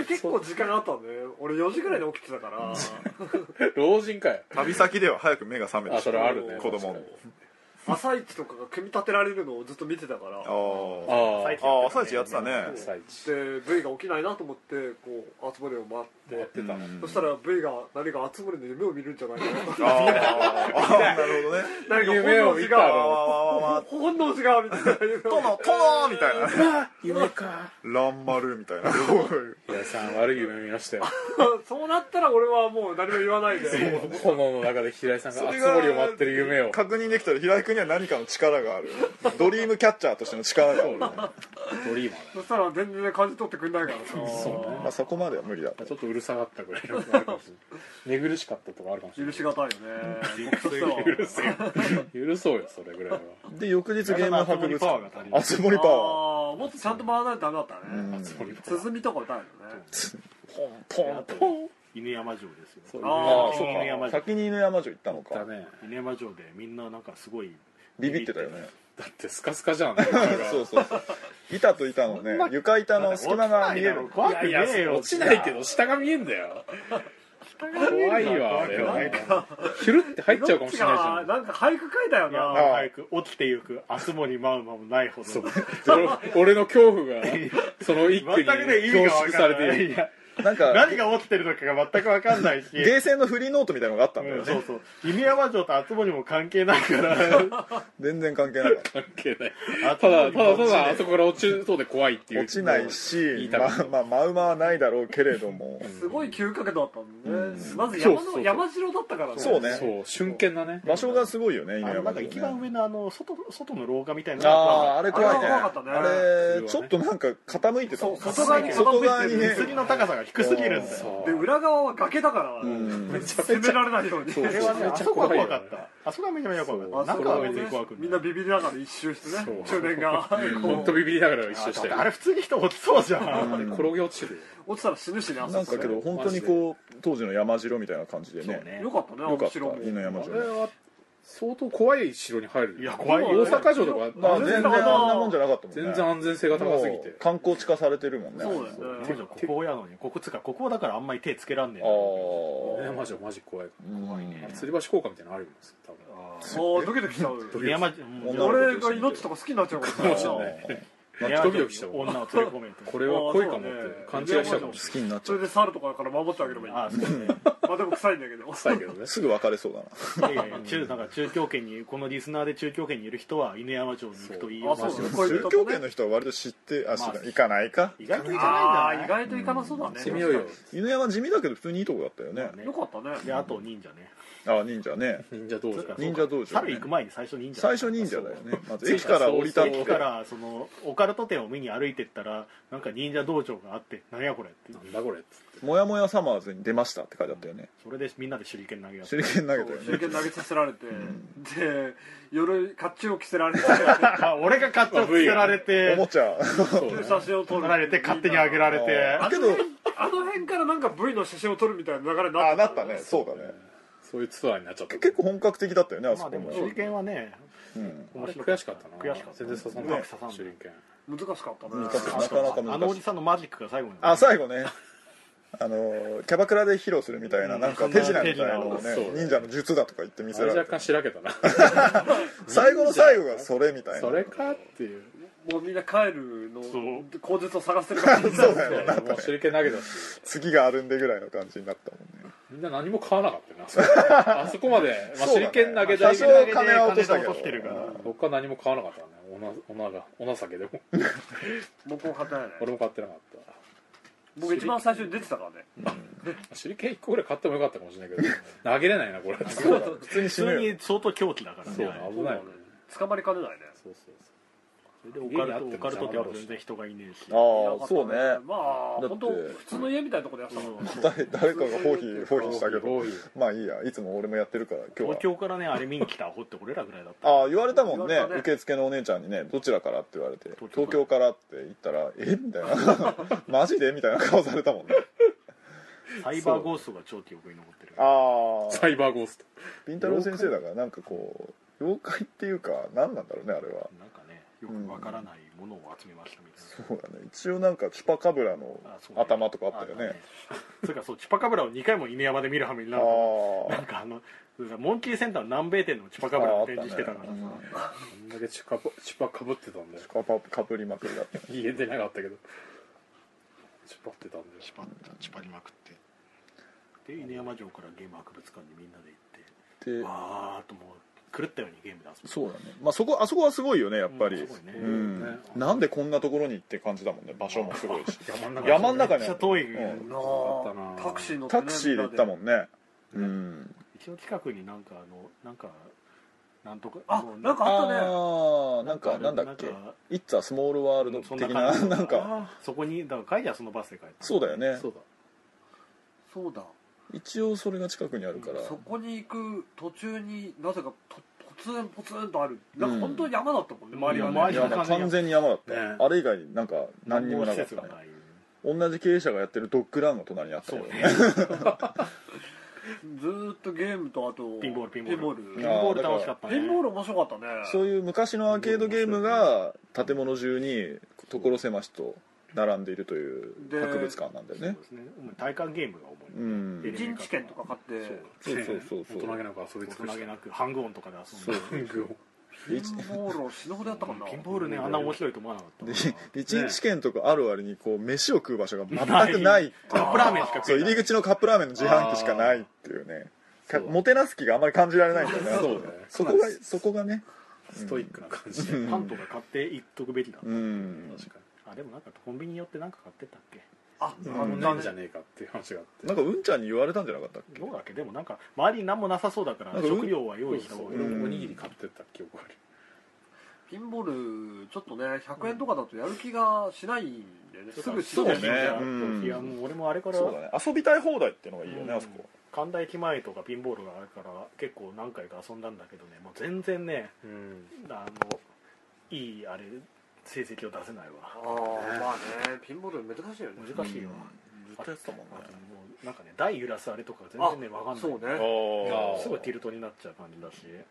Speaker 2: 結構時間あったんだね俺4時ぐらいに起きてたから
Speaker 3: 老人かよ
Speaker 4: 旅先では早く目が覚めて
Speaker 3: あそれあるね
Speaker 4: 子供の
Speaker 2: 朝一とかが組み立てられるのをずっと見てたからで
Speaker 4: あ
Speaker 3: あ
Speaker 5: 最
Speaker 4: あ
Speaker 5: 近
Speaker 4: ああ朝一やってたね
Speaker 3: 朝一
Speaker 2: V が起きないなと思ってこう集まりを待って
Speaker 3: やってたの
Speaker 2: そしたら V が何か集まりの夢を見るんじゃないか
Speaker 4: ああなるほどね
Speaker 2: な何か本
Speaker 3: 夢を
Speaker 2: 能
Speaker 3: 見
Speaker 2: 寺
Speaker 3: た
Speaker 4: わ
Speaker 2: が
Speaker 3: の
Speaker 4: わわわわ
Speaker 2: 本能寺がみたいな
Speaker 4: 殿殿みたいなね
Speaker 3: 夢か
Speaker 4: 乱丸みたいな
Speaker 3: 皆さん悪い夢見ましたよ
Speaker 2: そうなったら俺はもう何も言わないで
Speaker 3: 炎の中で平井さんが熱盛を待ってる夢を
Speaker 4: 確認できたら平井君には何かの力があるドリームキャッチャーとしての力がある、
Speaker 3: ドリーマーだ
Speaker 2: そしたら全然感じ取ってくれないからさ
Speaker 4: まあ、そこまでは無理だった
Speaker 3: ちょっとうるさかったぐらいのあるかもしれない寝苦しかったとかあるかもし
Speaker 2: 許
Speaker 3: れない
Speaker 2: しがたいよね僕として
Speaker 3: 許せよ許そうよそれぐらいは
Speaker 4: で翌日ゲーム博物
Speaker 5: パワーが
Speaker 4: 館
Speaker 5: 足りない
Speaker 4: 熱森パワー
Speaker 2: はあーもっとちゃんと回らないとダメだったね
Speaker 3: 熱盛
Speaker 2: 鼓とか打たないよね
Speaker 4: ポ
Speaker 5: あ
Speaker 4: ン
Speaker 5: と犬山城ですよ
Speaker 3: そう
Speaker 2: あー
Speaker 4: そう
Speaker 5: 犬山
Speaker 4: か
Speaker 5: 城
Speaker 4: 先に犬山城行ったのか
Speaker 3: だね
Speaker 5: 犬山城でみんななんかすごい
Speaker 4: ビビってたよね
Speaker 3: だってスカスカじゃん
Speaker 4: そうそうそう板と板のね床板の隙間が見える
Speaker 5: 怖く
Speaker 3: い
Speaker 5: ね
Speaker 3: やい
Speaker 5: え
Speaker 3: や
Speaker 5: よ
Speaker 3: 落ちないけど下が見えんだよ怖いわあれ
Speaker 5: 怖くない
Speaker 3: はひゅるって入っちゃうかもしれないじゃん
Speaker 2: なんか俳句書いたよ
Speaker 5: いや
Speaker 2: な
Speaker 5: 早く起きてゆく熱森マウマもないほど全
Speaker 3: 俺俺の恐怖がその一句に
Speaker 5: くね意味
Speaker 3: 凝
Speaker 5: が
Speaker 3: 縮
Speaker 5: 分
Speaker 3: さ
Speaker 5: か
Speaker 3: れ
Speaker 5: んない
Speaker 3: てい
Speaker 5: い
Speaker 3: る
Speaker 5: や
Speaker 4: なんか
Speaker 5: 何が起きてるのかが全く分かんないし
Speaker 4: ゲーセンのフリーノートみたいなのがあったんだ
Speaker 5: う
Speaker 4: よ
Speaker 5: んそ
Speaker 4: ね
Speaker 5: うそう犬山城と熱森も関係ないから
Speaker 4: 全然関係なかった
Speaker 3: 関係ないた だただただあそこから落ちそうで怖いっていう
Speaker 4: 落ちないし
Speaker 3: いた
Speaker 4: ま
Speaker 3: か
Speaker 4: あまあマウマはないだろうけれども
Speaker 2: すごい急角度だったもんねまず山
Speaker 3: そうそうそ
Speaker 2: の
Speaker 3: う
Speaker 2: 山城だったからね
Speaker 4: そうね
Speaker 3: そう瞬間だね
Speaker 4: 場所がすごいよね犬
Speaker 5: あの
Speaker 4: 山
Speaker 5: なん
Speaker 4: 城
Speaker 5: か一
Speaker 4: ね
Speaker 5: 番上のあの外外の廊下みたいなの
Speaker 4: あああれ怖いね
Speaker 2: あれは怖かったね
Speaker 4: あれちょっとなんか傾いてたもん
Speaker 2: そう外側に
Speaker 4: 外側にね
Speaker 5: 手すりの高さが低すぎるんだよ
Speaker 3: そ
Speaker 2: で
Speaker 3: う
Speaker 2: 裏側は崖だから
Speaker 4: ん
Speaker 2: めちゃ攻められないように
Speaker 3: そう
Speaker 5: あれはね
Speaker 3: めっ
Speaker 5: あ
Speaker 3: ちゃ
Speaker 5: そこは
Speaker 3: 怖いよ
Speaker 5: 怖かったあそこはめちゃめちゃ怖か
Speaker 2: あそ
Speaker 5: った
Speaker 2: こ
Speaker 5: 中
Speaker 2: は
Speaker 5: は
Speaker 2: ね
Speaker 5: 別に怖くない
Speaker 2: みんなビビりながら一周してね
Speaker 3: そう
Speaker 2: 中年が
Speaker 3: 本当ビビりながら一緒した
Speaker 5: あ
Speaker 3: よ
Speaker 5: れ普通に人落ちそうじゃん、
Speaker 3: 転げ落ちるよ
Speaker 2: 落ちたら死ぬしねあそこ
Speaker 4: なんかけど本当にこう当時の山城みたいな感じでね
Speaker 2: よかったねあの
Speaker 4: よかった
Speaker 2: 城も
Speaker 4: 犬山
Speaker 3: あ
Speaker 4: 城
Speaker 3: れは相当怖い城に入る
Speaker 5: いや怖い
Speaker 3: 大
Speaker 5: よ、ね、
Speaker 3: 阪城と
Speaker 4: ま
Speaker 3: か
Speaker 4: あ全然
Speaker 2: あ
Speaker 4: あんなもんじゃなかったもんね
Speaker 3: 全然安全性が高すぎて
Speaker 4: 観光地化されてるもんね
Speaker 2: そうだよね
Speaker 5: ここやのにここつうかここだからあんまり手つけらんねえ
Speaker 4: あー
Speaker 3: 犬山城マジ怖い
Speaker 4: 怖い
Speaker 3: あれ吊り橋効果みたいなのあるんですよ多分
Speaker 5: あ
Speaker 2: あードキドキしちゃう
Speaker 5: ー山城
Speaker 4: 女の子
Speaker 2: 俺が命とか好きになっちゃうからさ
Speaker 5: 山
Speaker 3: ドキドキした
Speaker 5: 城
Speaker 3: もん
Speaker 5: 女を連れ込めると
Speaker 3: これは恋かもって勘違いしたかもし
Speaker 4: 好きになっち
Speaker 2: そ
Speaker 4: ゃ
Speaker 2: れ
Speaker 4: う
Speaker 2: で猿とかから守ってあげればいい
Speaker 5: ああそうね
Speaker 2: まあでも臭いんだけど
Speaker 3: れないけどね
Speaker 4: すぐ別れそうだない
Speaker 5: やいや中なんか中京圏にこのリスナーで中京圏にいる人は犬山城に行くといいよ
Speaker 2: そうあそう
Speaker 5: マジで
Speaker 2: こういう
Speaker 4: 宗
Speaker 2: とこね
Speaker 4: 教圏の人は割と知ってあ知ら
Speaker 5: ま
Speaker 4: な
Speaker 5: あ
Speaker 4: い行かないか
Speaker 5: 意外と行
Speaker 2: ああ
Speaker 5: かないん
Speaker 2: 意
Speaker 5: だね
Speaker 2: 外といかなそうだね
Speaker 3: 行ってみようよ
Speaker 4: 犬山地味だけど普通にいいとこだったよね
Speaker 5: ね
Speaker 2: よかったね
Speaker 5: であと忍者ね
Speaker 4: ああ忍者ね
Speaker 3: 忍者道
Speaker 5: それか
Speaker 3: 場
Speaker 4: 忍者道場
Speaker 5: 猿行く前に最初忍者
Speaker 4: 最初忍者だよねまず駅から降り立って
Speaker 5: 駅からそのオカルト店を見に歩いてったらなんか忍者道場があってなんやこれって
Speaker 3: なんだこれっつっ
Speaker 4: 「
Speaker 3: て
Speaker 4: もやもやサマーズに出ました」って書いてあったよね
Speaker 5: それでみんなで手裏剣投げ合 って
Speaker 4: 手裏剣投げたよ
Speaker 2: 手裏
Speaker 4: ね
Speaker 2: 剣投げさせられて、で夜甲冑を着せられて
Speaker 5: まあ俺が勝手をつけられて
Speaker 4: おもちゃ
Speaker 2: 写真を撮
Speaker 5: 取られて勝手にあげられて
Speaker 4: あけど
Speaker 2: あの辺からなんか V の写真を撮るみたいな流れにな
Speaker 4: あ
Speaker 2: っ
Speaker 4: な
Speaker 2: て
Speaker 4: ったねそうだね
Speaker 3: そういうツアーになっちゃった
Speaker 4: 結構本格的だったよねあ
Speaker 5: ま
Speaker 4: そ
Speaker 5: あで
Speaker 4: こ
Speaker 5: も
Speaker 4: も
Speaker 5: 手裏剣はね
Speaker 4: うん
Speaker 3: あ
Speaker 5: 面
Speaker 3: れ
Speaker 5: 白
Speaker 3: 悔しかったな
Speaker 5: 悔しかった
Speaker 3: 全然刺さん
Speaker 5: う
Speaker 3: なんい
Speaker 5: 刺さんない
Speaker 3: 手裏剣
Speaker 2: 難しかったね
Speaker 4: 難しいなかなか
Speaker 5: あのお
Speaker 4: 難し
Speaker 5: じ
Speaker 4: い
Speaker 5: さんのマジックが最後に
Speaker 4: あ最後ねあのキャバクラで披露するみたいななんか手品みたいなのをね
Speaker 3: 手品を
Speaker 4: 忍者の術だとか言って見
Speaker 3: あ
Speaker 4: せ
Speaker 3: れ
Speaker 4: られ
Speaker 3: 若
Speaker 4: て
Speaker 3: 干しらけたな
Speaker 4: 最後の最後がそれみたいな
Speaker 3: それかっていう
Speaker 2: もうみんな帰るの
Speaker 5: そう
Speaker 2: 口実を探してるから
Speaker 4: そうだよね
Speaker 3: もう手裏剣投げたし
Speaker 4: 次があるんでぐらいの感じになったもんね
Speaker 3: みんな何も買わなかったなあそこまで、まあ、手裏剣投げた
Speaker 4: 多
Speaker 3: い
Speaker 4: 少
Speaker 3: ぐらい
Speaker 4: 金は落としたけ
Speaker 5: 金は
Speaker 4: ど
Speaker 5: 落としてるから
Speaker 3: 僕は何も買わなかったねおなおながお情けでも
Speaker 2: 僕も勝てないね
Speaker 3: 俺も買ってなかった
Speaker 2: 僕一番最初に出てたからね
Speaker 3: 手裏剣1個ぐらい買ってもよかったかもしれないけど投げれないなこれそう
Speaker 2: そうだね
Speaker 4: 普通に死
Speaker 5: 普
Speaker 4: ぬ
Speaker 5: 通
Speaker 4: よ
Speaker 5: に相当狂気だからね
Speaker 3: そうだ危ない
Speaker 2: 捕まりかねないね
Speaker 3: そうそう
Speaker 5: でオカルト
Speaker 3: 家にあっても
Speaker 5: オカルトっても全然人がいねえし
Speaker 4: ああそう
Speaker 2: いや
Speaker 4: ね
Speaker 2: まあ
Speaker 4: だって
Speaker 2: 本当普通の家みたいなとこでやってたもん
Speaker 4: 誰誰かが放棄放棄したけ
Speaker 3: 放
Speaker 4: ど
Speaker 3: 棄
Speaker 4: まあいいやいつも俺もやってるから今
Speaker 5: 東
Speaker 4: 日は
Speaker 5: 京からねあれ見に来たアホって俺らぐらいだった
Speaker 4: ああ言われたもん
Speaker 2: 言わ
Speaker 4: ね
Speaker 2: れたね
Speaker 4: 受付のお姉ちゃんにねどちらからって言われて
Speaker 5: 東
Speaker 4: 東
Speaker 5: 京
Speaker 4: 京からって言ったらえみたいな マジでみたいな顔されたもんね
Speaker 5: サイバーゴーストが超記憶に残ってる
Speaker 4: ああ
Speaker 3: サイバーゴースト
Speaker 4: ビンタロウ先生だからなんかこう妖怪っていうか何なんだろうねあれは
Speaker 5: なんかねよくわからないものを集めましたみたいな
Speaker 4: そうだね 一応なんかチュパカブラの
Speaker 5: あそうね
Speaker 4: 頭とかあったよね
Speaker 5: あったつうかそうチュパカブラを2回も犬山で見るはめに
Speaker 4: あ
Speaker 5: なるな
Speaker 4: あ
Speaker 5: んかあのつうかモンキーセンターの南米店のチュパカブラを展示してたからさ、
Speaker 3: あんだけチュカポチュパかぶってたんだよ
Speaker 4: チュパかぶりまくりだったね
Speaker 3: 言えてなかったけどチュパってたんだよ
Speaker 6: チパったチパりまくって
Speaker 5: で犬山城からゲーム博物館にみんなで行っ
Speaker 4: で
Speaker 5: てわーっともう狂ったようにゲームで遊ぶ
Speaker 4: そうだね、まあ、そこあそこはすごいよねやっぱり、
Speaker 5: う
Speaker 4: うんん
Speaker 5: すごいね
Speaker 4: なんでこんなところにって感じだもんね場所もすごいし
Speaker 3: 山の中
Speaker 4: 山の中
Speaker 5: めっ
Speaker 4: に
Speaker 5: ち
Speaker 4: あ
Speaker 5: ゃ
Speaker 4: る
Speaker 5: 遠い、
Speaker 4: うん
Speaker 3: ったな
Speaker 2: タクシー乗ってね
Speaker 4: タクシーで行ったもんねうん
Speaker 5: うちの近くになんかあのなんかなんとか
Speaker 2: あ
Speaker 5: もう
Speaker 2: なんかあったね
Speaker 4: ああなんかなんだっけ
Speaker 5: なんか
Speaker 4: 「イッツ・ア・スモール・ワールド」
Speaker 5: そん
Speaker 4: 的
Speaker 5: 感
Speaker 4: な
Speaker 5: じ
Speaker 4: なんか
Speaker 5: あーそこにだから帰りはそのバスで帰った
Speaker 4: そうだよね
Speaker 3: そうだ
Speaker 2: そうだ
Speaker 4: 一応それが近くにあるから
Speaker 2: そこに行く途中になぜかとポツンポツンとあるなんか本当に山だったもんね、周りはね
Speaker 5: うん周り
Speaker 4: いやまあ完全に山だった、
Speaker 3: ね
Speaker 4: あれ以外になんか何にもなかっ
Speaker 5: 施設
Speaker 4: た
Speaker 5: が
Speaker 4: ね
Speaker 5: ない
Speaker 4: 同じ経営者がやってるドッグランの隣にあったけどね
Speaker 2: ずーっとゲームとあと
Speaker 5: ピンボールピンボール
Speaker 2: ピン
Speaker 5: ピン
Speaker 2: ボール
Speaker 5: ボール楽しかったね
Speaker 2: ピンボール面白かったね
Speaker 4: そういう昔のアーケードゲームが建物中に所狭しと並んでいるという
Speaker 2: で
Speaker 4: 博物館なんだよね
Speaker 5: そうですね主に体感ゲームが主
Speaker 4: う
Speaker 5: に
Speaker 4: ん
Speaker 2: 一日券とか買って
Speaker 4: そうそうそうそ
Speaker 3: 大人げ
Speaker 4: う
Speaker 3: なく遊び尽
Speaker 5: 大
Speaker 3: く
Speaker 5: 人
Speaker 3: し
Speaker 5: げなくハングオンとかで遊んで
Speaker 3: たグを
Speaker 2: ピンボールを死ぬほどやったかな
Speaker 5: ピンボールねあんな面白いと思わなかった
Speaker 4: で
Speaker 5: な
Speaker 4: 一日券とかある割にこう飯を食う場所が全くないって
Speaker 5: カ
Speaker 4: いう
Speaker 5: ップラーメンしか食
Speaker 4: そう
Speaker 5: えな
Speaker 4: 入
Speaker 5: い
Speaker 4: り口のカップラーメンの自販機しかないっていうねかもてなす気があんまり感じられないんだよね
Speaker 3: そうね
Speaker 4: そこがそこがね
Speaker 3: ストイックな感じ
Speaker 4: う
Speaker 3: で
Speaker 4: ん
Speaker 5: パンとか買っていっとくべきだ
Speaker 4: うん
Speaker 3: 確か
Speaker 5: あでもなんかコンビニ寄ってなんか買ってったっけ
Speaker 2: あ
Speaker 3: に
Speaker 2: あ
Speaker 3: あんなんじゃねえかっていう話があって
Speaker 4: なんかうんちゃんに言われたんじゃなかったっけ
Speaker 5: どうだっけでもなんか周りに何もなさそうだから
Speaker 4: なんかうん
Speaker 5: 食料は用意した方がいい
Speaker 3: 俺もおにぎり買ってった記憶ある
Speaker 2: ピンボールちょっとね100円とかだとやる気がしないんでね、すぐ死ぬ
Speaker 4: そうね
Speaker 5: いや
Speaker 4: うん
Speaker 5: いやもう俺もあれから
Speaker 4: そうだね遊びたい放題っていうのがいいよ
Speaker 5: うん
Speaker 4: ねあそこ
Speaker 5: 神田駅前とかピンボールがあるから結構何回か遊んだんだけどねもう全然ね
Speaker 3: うん
Speaker 5: あのいいあれ成績を出せない
Speaker 2: あ
Speaker 5: わ
Speaker 2: あまあねピンボール難しいよね
Speaker 5: 難しいよ、
Speaker 4: ずっとやってたもん
Speaker 5: あと
Speaker 4: ね
Speaker 5: もうなんかね台揺らすあれとか全然ねわかんない
Speaker 2: そうね
Speaker 4: あ
Speaker 5: すごいティルトになっちゃう感じだし
Speaker 3: あれね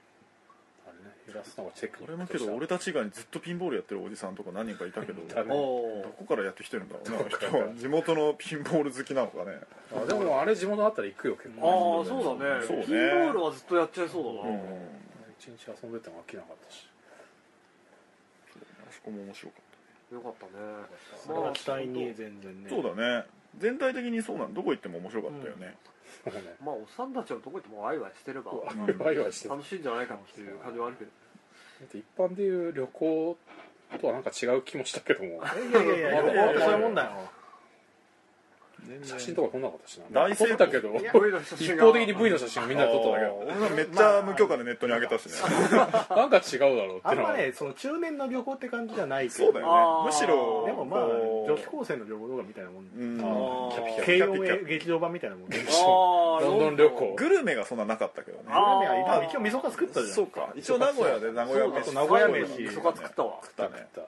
Speaker 3: 揺らすのがチェック
Speaker 4: 俺もけど俺たち以外にずっとピンボールやってるおじさんとか何人かいたけど
Speaker 3: いた
Speaker 4: ど
Speaker 3: ね
Speaker 2: お
Speaker 4: こからやってきてるんだろうねあの人地元のピンボール好きなのかね
Speaker 3: あでもあれ地元あったら行くよ結
Speaker 2: ああ
Speaker 3: 構
Speaker 2: あそうだね
Speaker 4: そうね
Speaker 2: ピンボールはずっとやっちゃいそうだ
Speaker 4: う
Speaker 2: な、
Speaker 4: ん
Speaker 3: 一日遊んでても飽きなかったし
Speaker 4: あそこも面白かっ
Speaker 2: よかったね
Speaker 5: それは期待に全然ね
Speaker 4: たそうだね全体的にそうなのどこ行っても面白かったよね
Speaker 3: もうね
Speaker 2: まあおっさんたちのとこ行ってもワイワイしてれば
Speaker 3: ワイワイしてた
Speaker 2: 楽しいんじゃないかっていう感じはあるけど
Speaker 3: 一般でいう旅行とはなんか違う気もしたけども
Speaker 5: いやいやいやいやいやいやいやそういうもんだよ
Speaker 3: 写真とかこんなかったしな
Speaker 4: 大成功
Speaker 3: 撮ったけど
Speaker 5: いや
Speaker 2: 部位の写真
Speaker 3: 一
Speaker 2: が
Speaker 3: 方的に V の写真をみんなで撮っただ
Speaker 4: 俺はめっちゃ無許可でネットに上げたしね、
Speaker 3: けなんか違うだろうって
Speaker 5: あん
Speaker 3: の
Speaker 5: ま
Speaker 3: は
Speaker 5: ねその中年の旅行って感じじゃないけど
Speaker 4: そうだよ
Speaker 2: あー
Speaker 4: ねむしろ
Speaker 5: でもまあ
Speaker 4: こう
Speaker 5: 女子高生の旅行とかみたいなもん
Speaker 4: うん
Speaker 2: あー
Speaker 3: キャピキャピ
Speaker 5: 軽音へ劇場版みたいなもんで
Speaker 2: あー
Speaker 3: ロンドン旅行
Speaker 4: グルメがそんななかったけどね
Speaker 2: あー
Speaker 5: 今一応味噌カツ食ったじゃん
Speaker 4: そうか一応名古屋で名古屋
Speaker 5: そう
Speaker 4: 飯
Speaker 5: だ名古屋飯
Speaker 2: クソカツ食ったわ
Speaker 4: 食ったね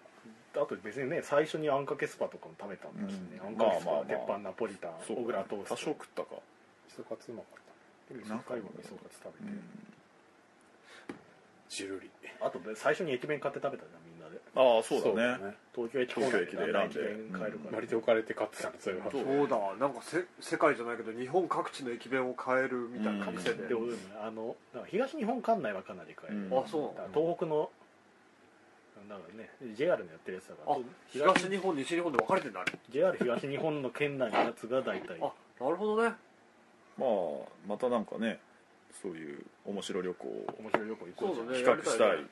Speaker 5: あと別にね最初にあんかけスパとかも食べたんだしね、
Speaker 4: う
Speaker 5: あ
Speaker 4: ん
Speaker 5: んかけスパ、
Speaker 4: まあまあまあ
Speaker 5: 鉄板ナポリタン
Speaker 4: そう
Speaker 5: 小倉トースト
Speaker 4: 多少食ったか
Speaker 3: 基礎カツうまかった
Speaker 5: 何回も味噌カツ食べて、
Speaker 3: ジルリ
Speaker 5: あとね最初に駅弁買って食べたじゃんみんなで
Speaker 4: ああそうだね
Speaker 5: 東京駅構内
Speaker 4: 東京駅で選んで
Speaker 5: 駅弁買えるから、
Speaker 3: 割と置かれて買ってたのそういえば
Speaker 4: そう
Speaker 2: そうだなんかせ世界じゃないけど日本各地の駅弁を買えるみたいな店で、
Speaker 5: で俺もねあのだから東日本管内はかなり買える、
Speaker 4: うん
Speaker 2: あそう
Speaker 5: だから東北のだからね JR のやってるやつだか
Speaker 2: あ
Speaker 5: ら
Speaker 2: 東日本西日本で分かれてんだあれ
Speaker 5: JR 東日本の県内のやつが大体
Speaker 2: あなるほどね
Speaker 4: まあまたなんかねそういう面白旅行を
Speaker 5: 面白い旅行行こうじゃ
Speaker 2: そう
Speaker 5: ん
Speaker 2: だね
Speaker 4: 企画したい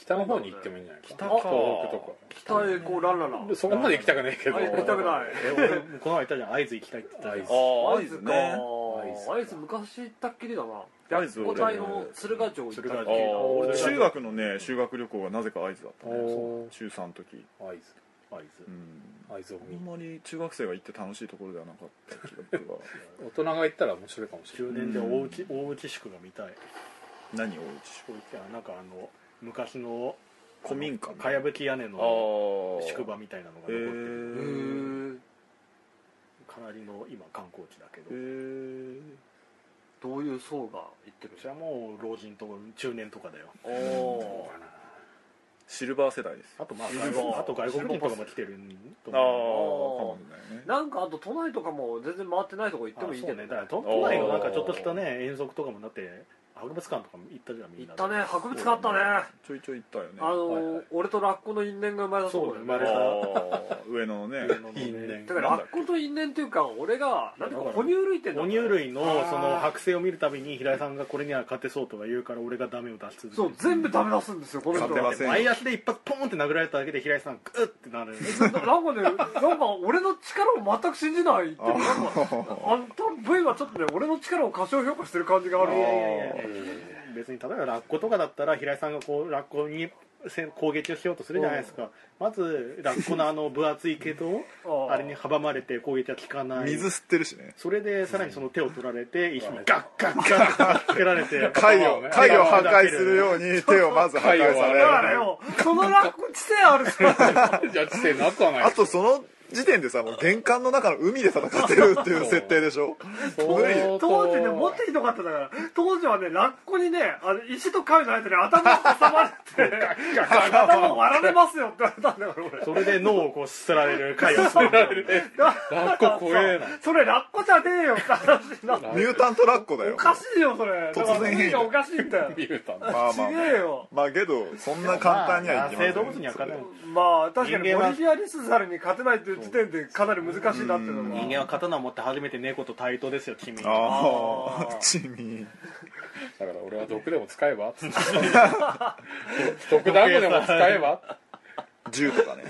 Speaker 3: 北の方に行ってもいいんじゃないか
Speaker 2: 北
Speaker 3: 北
Speaker 2: か
Speaker 3: 東北と
Speaker 2: 北へこうランララン
Speaker 3: かそこまで行きたくないけど
Speaker 2: あ行きたくない
Speaker 5: え俺もこの前言ったじゃん会津行きたいって言ったじゃん
Speaker 3: 会津
Speaker 4: ああ
Speaker 2: 会津か会津昔行ったっきりだな
Speaker 4: 会津
Speaker 2: お
Speaker 4: 俺
Speaker 2: 台の鶴ヶ城行ったっきりだ
Speaker 5: 鶴ヶ城
Speaker 4: あ
Speaker 5: 俺
Speaker 4: あ中学のね修学旅行がなぜか会津だったね
Speaker 3: おー
Speaker 4: 中3の時
Speaker 3: 会津
Speaker 5: 会津
Speaker 4: うん
Speaker 3: 会津を
Speaker 4: あ
Speaker 3: 見
Speaker 4: んまり中学生が行って楽しいところではなかった気がするわ
Speaker 3: 大人が行ったら面白いかもしれ
Speaker 5: 中年で大内大内宿が見たい
Speaker 4: 何を
Speaker 5: 大内宿はなんかあの昔の
Speaker 4: 古民家
Speaker 5: かやぶき屋根
Speaker 4: あ
Speaker 5: の
Speaker 4: ー
Speaker 5: 宿場みたいなのが
Speaker 4: へ
Speaker 5: 残ってる、
Speaker 2: へ
Speaker 4: ー
Speaker 2: ー
Speaker 5: かなりの今観光地だけど、
Speaker 4: へー
Speaker 2: どういう層が行ってる
Speaker 5: それはもう老人と中年とかだよ
Speaker 2: おお
Speaker 4: シルバー世代です
Speaker 5: あとまあ
Speaker 2: い
Speaker 5: 外
Speaker 2: るわ
Speaker 5: 国あと外国人とかも来てると
Speaker 4: ああ
Speaker 5: 思う
Speaker 4: かもしれないね
Speaker 2: なんかあと都内とかも全然回ってないとこ行っ
Speaker 5: あ
Speaker 2: てもいい
Speaker 5: そ
Speaker 2: け
Speaker 5: う
Speaker 2: ど
Speaker 5: ね
Speaker 2: ね
Speaker 5: だから都都内のなんかちょっとしたね遠足とかもだって博物館とかも行ったじゃんみ
Speaker 2: 行
Speaker 5: んな
Speaker 2: っ
Speaker 5: で
Speaker 2: たね博物館あったね
Speaker 4: ちょいちょい行ったよね
Speaker 2: あの
Speaker 3: はい
Speaker 2: ー
Speaker 3: はい
Speaker 2: 俺とラッコの因縁が生まれたとこだよ
Speaker 5: そうだ
Speaker 2: ね
Speaker 5: 生まれ
Speaker 4: あー上野のね
Speaker 5: 上野のね
Speaker 3: 因縁
Speaker 2: だからラッコと因縁っていうか俺がなんか哺乳類ってんだも
Speaker 5: 哺
Speaker 2: ん
Speaker 5: 乳類の
Speaker 2: あー
Speaker 5: その剥製を見るたびに平井さんがこれには勝てそうとか言うから俺がダメを出し続ける
Speaker 2: そう全部ダメ出すんですよこの人
Speaker 4: 勝てま
Speaker 2: は
Speaker 4: せん
Speaker 5: 前足で一発ポーンって殴られただけで平井さんグッってなる
Speaker 2: ななんかねなんか俺の力を全く信じないっていうかなんかあんた V はちょっとね俺の力を過小評価してる感じがある
Speaker 5: いやい
Speaker 4: あ
Speaker 5: やいや別に例えばラッコとかだったら平井さんがこうラッコにせ攻撃をしようとするじゃないですかまずラッコのあの分厚い毛と
Speaker 2: あー
Speaker 5: あれに阻まれて攻撃は効かない
Speaker 4: 水吸ってるしね
Speaker 5: それでさらにその手を取られて一緒にガッガッガッガッつけられて
Speaker 4: 貝を貝を破壊するように手をまず破壊
Speaker 2: だ
Speaker 4: さ
Speaker 2: から
Speaker 4: れる
Speaker 2: よそのラッコ知性あるさ
Speaker 3: ないじゃあ知性なくはない
Speaker 4: あとその時点でさもう玄関の中の海で戦ってるっていう設定でしょ無理
Speaker 3: 相当
Speaker 2: 当時ねもっとひどかったんだから当時はねラッコにねあの石と貝の間に頭を挟まれ て頭を割られますよって言われたんだから俺
Speaker 5: それで脳をこうすられる貝をすられる
Speaker 3: ラッコ怖えな
Speaker 2: それラッコじゃねえよって話になって
Speaker 4: ミュータントラッコだよ
Speaker 2: おかしいよそれだから
Speaker 4: 突然変異
Speaker 2: V がおかしいんだよ
Speaker 3: ビュータン
Speaker 4: まあま
Speaker 2: ち
Speaker 4: あ
Speaker 2: げえよ
Speaker 4: まあけどそんな簡単に はいきません
Speaker 5: 野生動物には勝てない
Speaker 2: まあ確かに
Speaker 5: 人間
Speaker 2: ボ
Speaker 5: は
Speaker 2: リビアリスザルに勝てないという時点でかなり難しいなっていうのが
Speaker 5: 人間は刀を持って初めて猫と対等ですよ君
Speaker 4: あ
Speaker 2: あ
Speaker 4: あ
Speaker 2: ー
Speaker 4: 地味
Speaker 3: だから俺は毒でも使えばっつって 毒団子でも使えば
Speaker 4: 銃とかね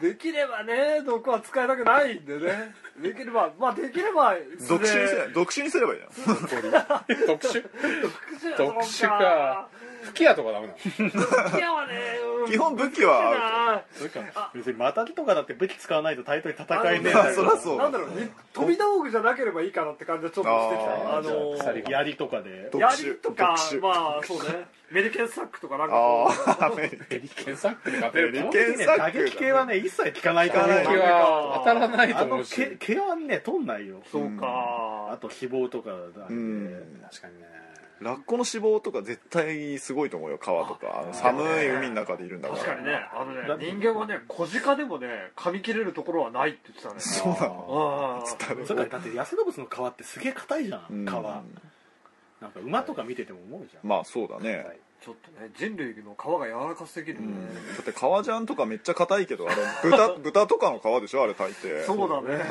Speaker 2: できればね毒は使いたくないんでねできればまあできれば素
Speaker 4: 独
Speaker 2: で
Speaker 4: 身にすれば独身にすればいいじゃん
Speaker 3: 特殊
Speaker 2: 毒
Speaker 3: 特殊か吹き矢とか ダメなの
Speaker 2: いやはね、うん
Speaker 4: 基本武器は
Speaker 2: な
Speaker 5: 別にマタギとかだって武器使わないと対等に戦えねえん
Speaker 4: あ
Speaker 5: だ
Speaker 4: のそ
Speaker 5: よ
Speaker 4: らそう
Speaker 2: なんだろうね飛び道具じゃなければいいかなって感じはちょっとしてきた
Speaker 4: あー
Speaker 2: あの
Speaker 3: じゃあ鎖
Speaker 5: 槍とかで
Speaker 4: 毒
Speaker 2: 槍とか
Speaker 4: 毒手
Speaker 2: まあそうねメリケンサックとかなんか
Speaker 4: あ
Speaker 2: こ
Speaker 4: あアメリカ
Speaker 3: メリケンサックで勝てるか
Speaker 4: メ
Speaker 3: な
Speaker 4: リ
Speaker 3: メ
Speaker 4: ケ
Speaker 3: リ
Speaker 4: ンサック
Speaker 5: 打撃系はね一切効かないと思う
Speaker 4: 効か
Speaker 3: ケ
Speaker 4: ない
Speaker 3: は当たらないと
Speaker 5: あ
Speaker 3: 思
Speaker 5: の
Speaker 3: うし
Speaker 5: 毛毛はね取んないよ
Speaker 2: うそう
Speaker 5: あ
Speaker 2: か
Speaker 5: と脂肪とかだ
Speaker 4: う
Speaker 5: ね
Speaker 4: ん
Speaker 3: 確かにね
Speaker 4: ラッコの脂肪とか絶対すごいと思うよ川とかあの寒い海の中でいるんだから
Speaker 2: 確かにねあのね人間はね小鹿でもね噛み切れるところはないって言ってたね
Speaker 4: そうなの
Speaker 2: あ
Speaker 5: それからだって野生動物の皮ってすげえ硬いじゃん、
Speaker 4: うん
Speaker 5: 皮なんか馬とか見てても思うじゃん、
Speaker 4: まあそうだね
Speaker 5: はい
Speaker 2: ちょっとね人類の皮が柔らかすぎるね
Speaker 4: だって革ジャンとかめっちゃ硬いけどあれ豚豚とかの皮でしょあれ大抵
Speaker 2: そうだね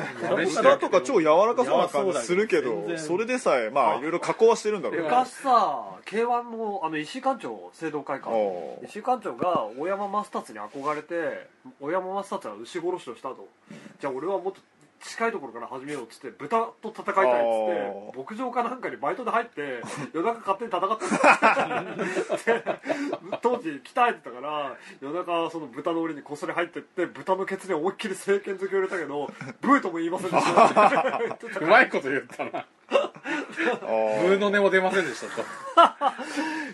Speaker 4: 豚とか超柔らかそうな感じするけ
Speaker 5: いやそうだけど全
Speaker 4: ど
Speaker 5: 然
Speaker 4: それでさえまあいろいろ加工はしてるんだろうね
Speaker 2: 昔さ K1 のあの石井館長聖堂会館
Speaker 4: おう
Speaker 2: 石井館長が大山マスタツに憧れて大山マスタツは牛殺しをしたとじゃあ俺はもっと近いところから始めようっつって豚と戦いたいっつっ
Speaker 4: あ
Speaker 2: て牧場かなんかにバイトで入 って夜中勝手に戦ってたで当時鍛えてたから夜中その豚の檻にこっそり入ってって豚のケツに思いっきり聖剣漬けを入れたけどブーとも言いませんでした
Speaker 3: うまいこと言ったな
Speaker 4: あ
Speaker 3: ブ
Speaker 4: ー
Speaker 3: ーの音も出ませんでしたと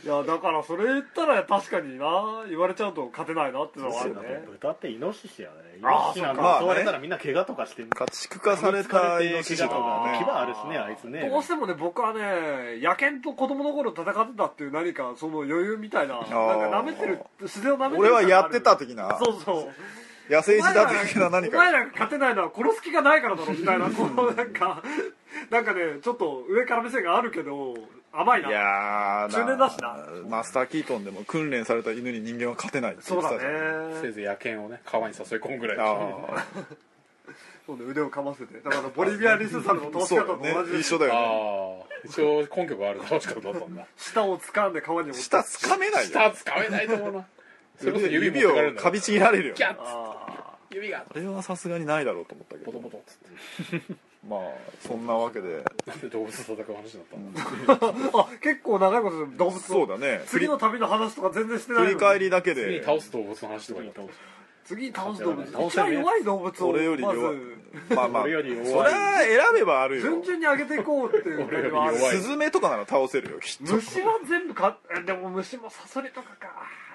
Speaker 2: いやだからそれ言ったら確かにな言われちゃうと勝てないなってのはあるね
Speaker 5: 豚ってイノシシやねイ
Speaker 2: あ
Speaker 5: ノ
Speaker 2: ー
Speaker 5: シシなん
Speaker 4: そっか
Speaker 5: か襲われたらみんな怪我とかして
Speaker 4: 家畜化されたイノシシとか
Speaker 5: 牙
Speaker 4: ね
Speaker 5: あるしねあいつね
Speaker 2: どうしてもね僕はね野犬と子供の頃戦ってたっていう何かその余裕みたいななんか舐めてる自然を舐めてる感が
Speaker 4: 俺
Speaker 2: ある
Speaker 4: はやってた的な
Speaker 2: そうそう
Speaker 4: 野生児だ的な何
Speaker 2: お
Speaker 4: か
Speaker 2: 前らが勝てないのは殺す気がないからだろみたいなこのなんかなんかねちょっと上から目線があるけど甘いない
Speaker 4: やー
Speaker 2: 中年だしな
Speaker 4: マスター・キートンでも訓練された犬に人間は勝てないって
Speaker 2: そうだね
Speaker 4: じゃん
Speaker 3: せいぜい野犬をね川に誘い込むぐらいでしょ
Speaker 4: あ
Speaker 2: そうね腕をかませてだからボリビア・リスさんの
Speaker 4: あ
Speaker 2: 倒し
Speaker 4: そ
Speaker 2: 方
Speaker 4: う
Speaker 2: と
Speaker 4: だ
Speaker 2: 同
Speaker 4: ね
Speaker 2: じで
Speaker 4: 一緒だよね
Speaker 3: ああ一応根拠がある楽しかったんだ
Speaker 2: 舌を掴んで川に落
Speaker 4: 舌つかめないよ
Speaker 3: 舌つかめないと思うなそれこそ指
Speaker 4: 指
Speaker 3: 持ってかれる
Speaker 4: を
Speaker 3: んだ
Speaker 4: かびちぎられるよ
Speaker 3: キャッ
Speaker 4: ね
Speaker 3: つって
Speaker 2: あ
Speaker 3: 指が
Speaker 4: あれはさすがにないだろうと思ったけ
Speaker 3: ポト
Speaker 4: ど
Speaker 3: ポトっつって
Speaker 4: まあそんなわけで
Speaker 3: なんで動物と戦う話になったんだ
Speaker 2: ーあ結構長いことです動物
Speaker 4: そうだね振
Speaker 2: 次
Speaker 4: り
Speaker 2: の旅の話とか全然してない
Speaker 4: 振
Speaker 2: のに
Speaker 4: り返りだけ
Speaker 3: 次に
Speaker 4: で
Speaker 3: 倒す動物の話とかになった
Speaker 2: 次に倒す動物
Speaker 5: 倒
Speaker 2: 一
Speaker 5: せね
Speaker 2: 番弱い動物を
Speaker 4: 俺より
Speaker 2: ま
Speaker 4: 弱
Speaker 2: ず
Speaker 4: いまあまあそ
Speaker 5: 俺より
Speaker 4: れ
Speaker 5: 弱い
Speaker 4: は選べばあるよ
Speaker 2: 順々に上げていこうっていう感じはある
Speaker 3: 俺より弱い
Speaker 4: スズメとかなら倒せるよきっと
Speaker 2: 虫は全部かでも虫もサソリとかか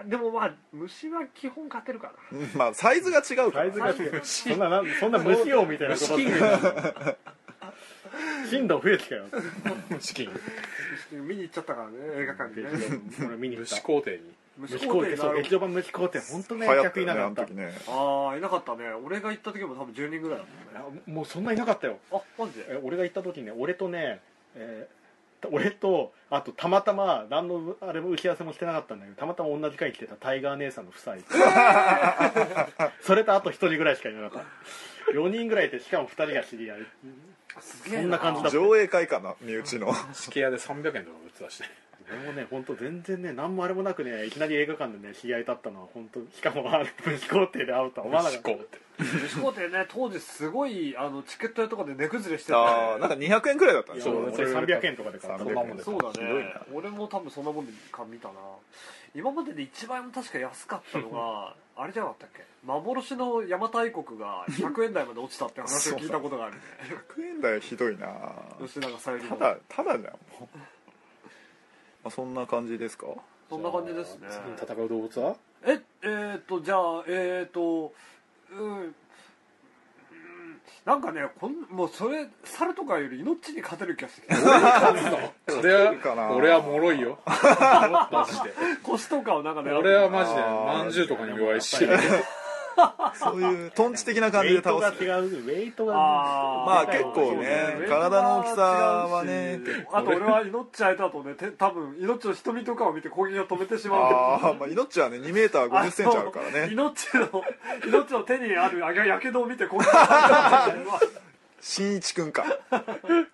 Speaker 2: でもまあ虫は基本勝てるかな
Speaker 4: まあサイズが違う
Speaker 5: サ
Speaker 4: から
Speaker 5: イズが違うそんななんそんな虫王みたいなこと
Speaker 3: 虫キングになるの
Speaker 5: 頻度増えてきたよ
Speaker 3: 虫キング
Speaker 2: 見に行っちゃったからね映画館にね
Speaker 5: 俺見に行っ
Speaker 3: 虫
Speaker 5: た
Speaker 3: 皇帝に
Speaker 2: 虫
Speaker 5: 虫
Speaker 2: 皇
Speaker 5: 皇
Speaker 2: 帝
Speaker 5: 帝
Speaker 2: な
Speaker 5: そう
Speaker 2: る
Speaker 5: 劇場版虫皇帝本当ね
Speaker 4: 流行った
Speaker 5: 客いな
Speaker 4: よね
Speaker 5: か
Speaker 4: あ
Speaker 5: っ
Speaker 4: の
Speaker 5: た
Speaker 4: 時ね
Speaker 2: ああいなかったね俺が行った時も多分10人ぐらいだったね
Speaker 5: いやもうそんないなかったよ
Speaker 2: あマジで
Speaker 5: え俺が行った時ね俺とね、えー俺とあとたまたま何のあれも打ち合わせもしてなかったんだけどたまたま同じ会に来てたタイガー姉さんの夫妻それとあと1人ぐらいしかいなかった4人ぐらいでしかも2人が知り合い
Speaker 2: すげえ
Speaker 5: そんな感じだった
Speaker 4: 上映会かな身内の
Speaker 3: 虫ケアで300円とか売ってたしね
Speaker 5: 俺もね本当全然ね何もあれもなくねいきなり映画館でね知り合い立ったのは本当しかもあの分子工程で会うとは思わなか
Speaker 3: 虫
Speaker 5: った
Speaker 3: 皇帝
Speaker 2: 虫皇帝ね当時すごいあのチケット屋とかで値崩れして
Speaker 4: あ
Speaker 2: た
Speaker 4: あなんか200円くらいだった
Speaker 5: い
Speaker 4: ね
Speaker 5: や
Speaker 3: そう
Speaker 5: 俺300円とかで買った
Speaker 3: そんなもんです
Speaker 2: そうだ
Speaker 4: ひどい
Speaker 2: ね
Speaker 4: な
Speaker 2: 俺も多分そんなもんでか見たな今までで一番確か安かったのがあれじゃなかったっけ幻の邪馬台国が100円台まで落ちたって話を聞いたことがあるね
Speaker 4: 100円台ひどいな
Speaker 2: 吉永小百合
Speaker 4: た
Speaker 2: の
Speaker 4: だただじゃんもう、まあ、そんな感じですか
Speaker 2: そんな感じですね
Speaker 3: 次に戦う動物は
Speaker 2: ええー、っとじゃあえー、っとうんうんなんかねこんもうそれ猿とかより命に勝てる気がしてきた
Speaker 3: それは
Speaker 4: るかな
Speaker 3: 俺は脆いよマジで
Speaker 2: 腰とかをなんかね
Speaker 3: 俺はマジでまんじゅうとかにも弱いし
Speaker 4: そう いうトンチ的な感じ
Speaker 5: ウェイ
Speaker 4: で
Speaker 5: ト
Speaker 4: 倒
Speaker 5: が
Speaker 4: す
Speaker 5: 違うウェイトが
Speaker 2: あー
Speaker 4: まあ結構ね体の大きさはね
Speaker 2: あと俺は命相手だとね て多分命の瞳とかを見て攻撃を止めてしまう
Speaker 4: ああまあ命はね2メーター5 0センチあるからね
Speaker 2: 命の命の手にあるあややけどを見て攻撃を止めてしま
Speaker 4: 新一くんか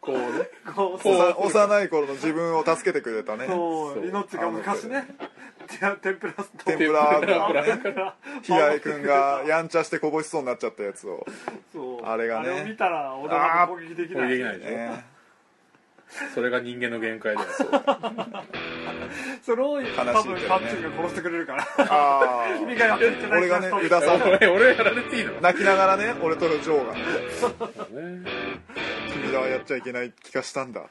Speaker 3: こうね
Speaker 2: うこう
Speaker 4: お
Speaker 2: そう
Speaker 4: さ幼い頃の自分を助けてくれたね
Speaker 2: そう
Speaker 3: そう
Speaker 2: 命が昔ねて 天ぷらと
Speaker 4: 天ぷら油
Speaker 2: 天ぷら
Speaker 4: 平井くんがやんちゃしてこぼしそうになっちゃったやつを
Speaker 2: そう
Speaker 4: あれがね
Speaker 2: あれを見たら俺はもう攻撃でき
Speaker 3: こ
Speaker 2: な
Speaker 3: れ
Speaker 2: い
Speaker 3: できないでし
Speaker 4: ね
Speaker 3: ょそれが人間の限界だよ
Speaker 2: それを多分
Speaker 4: けどね
Speaker 2: パッチンが殺してくれるから
Speaker 4: あ
Speaker 2: 君がやってって
Speaker 4: あ
Speaker 2: ない
Speaker 4: 俺がね宇田さん
Speaker 3: 俺俺やられていいの
Speaker 4: 泣きながらね俺とのジョーが
Speaker 3: ね
Speaker 4: 君らはやっちゃいけない気がしたんだ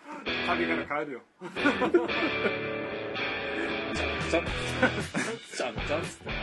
Speaker 2: 神から帰るよ
Speaker 3: ちゃんちゃんちゃんっつって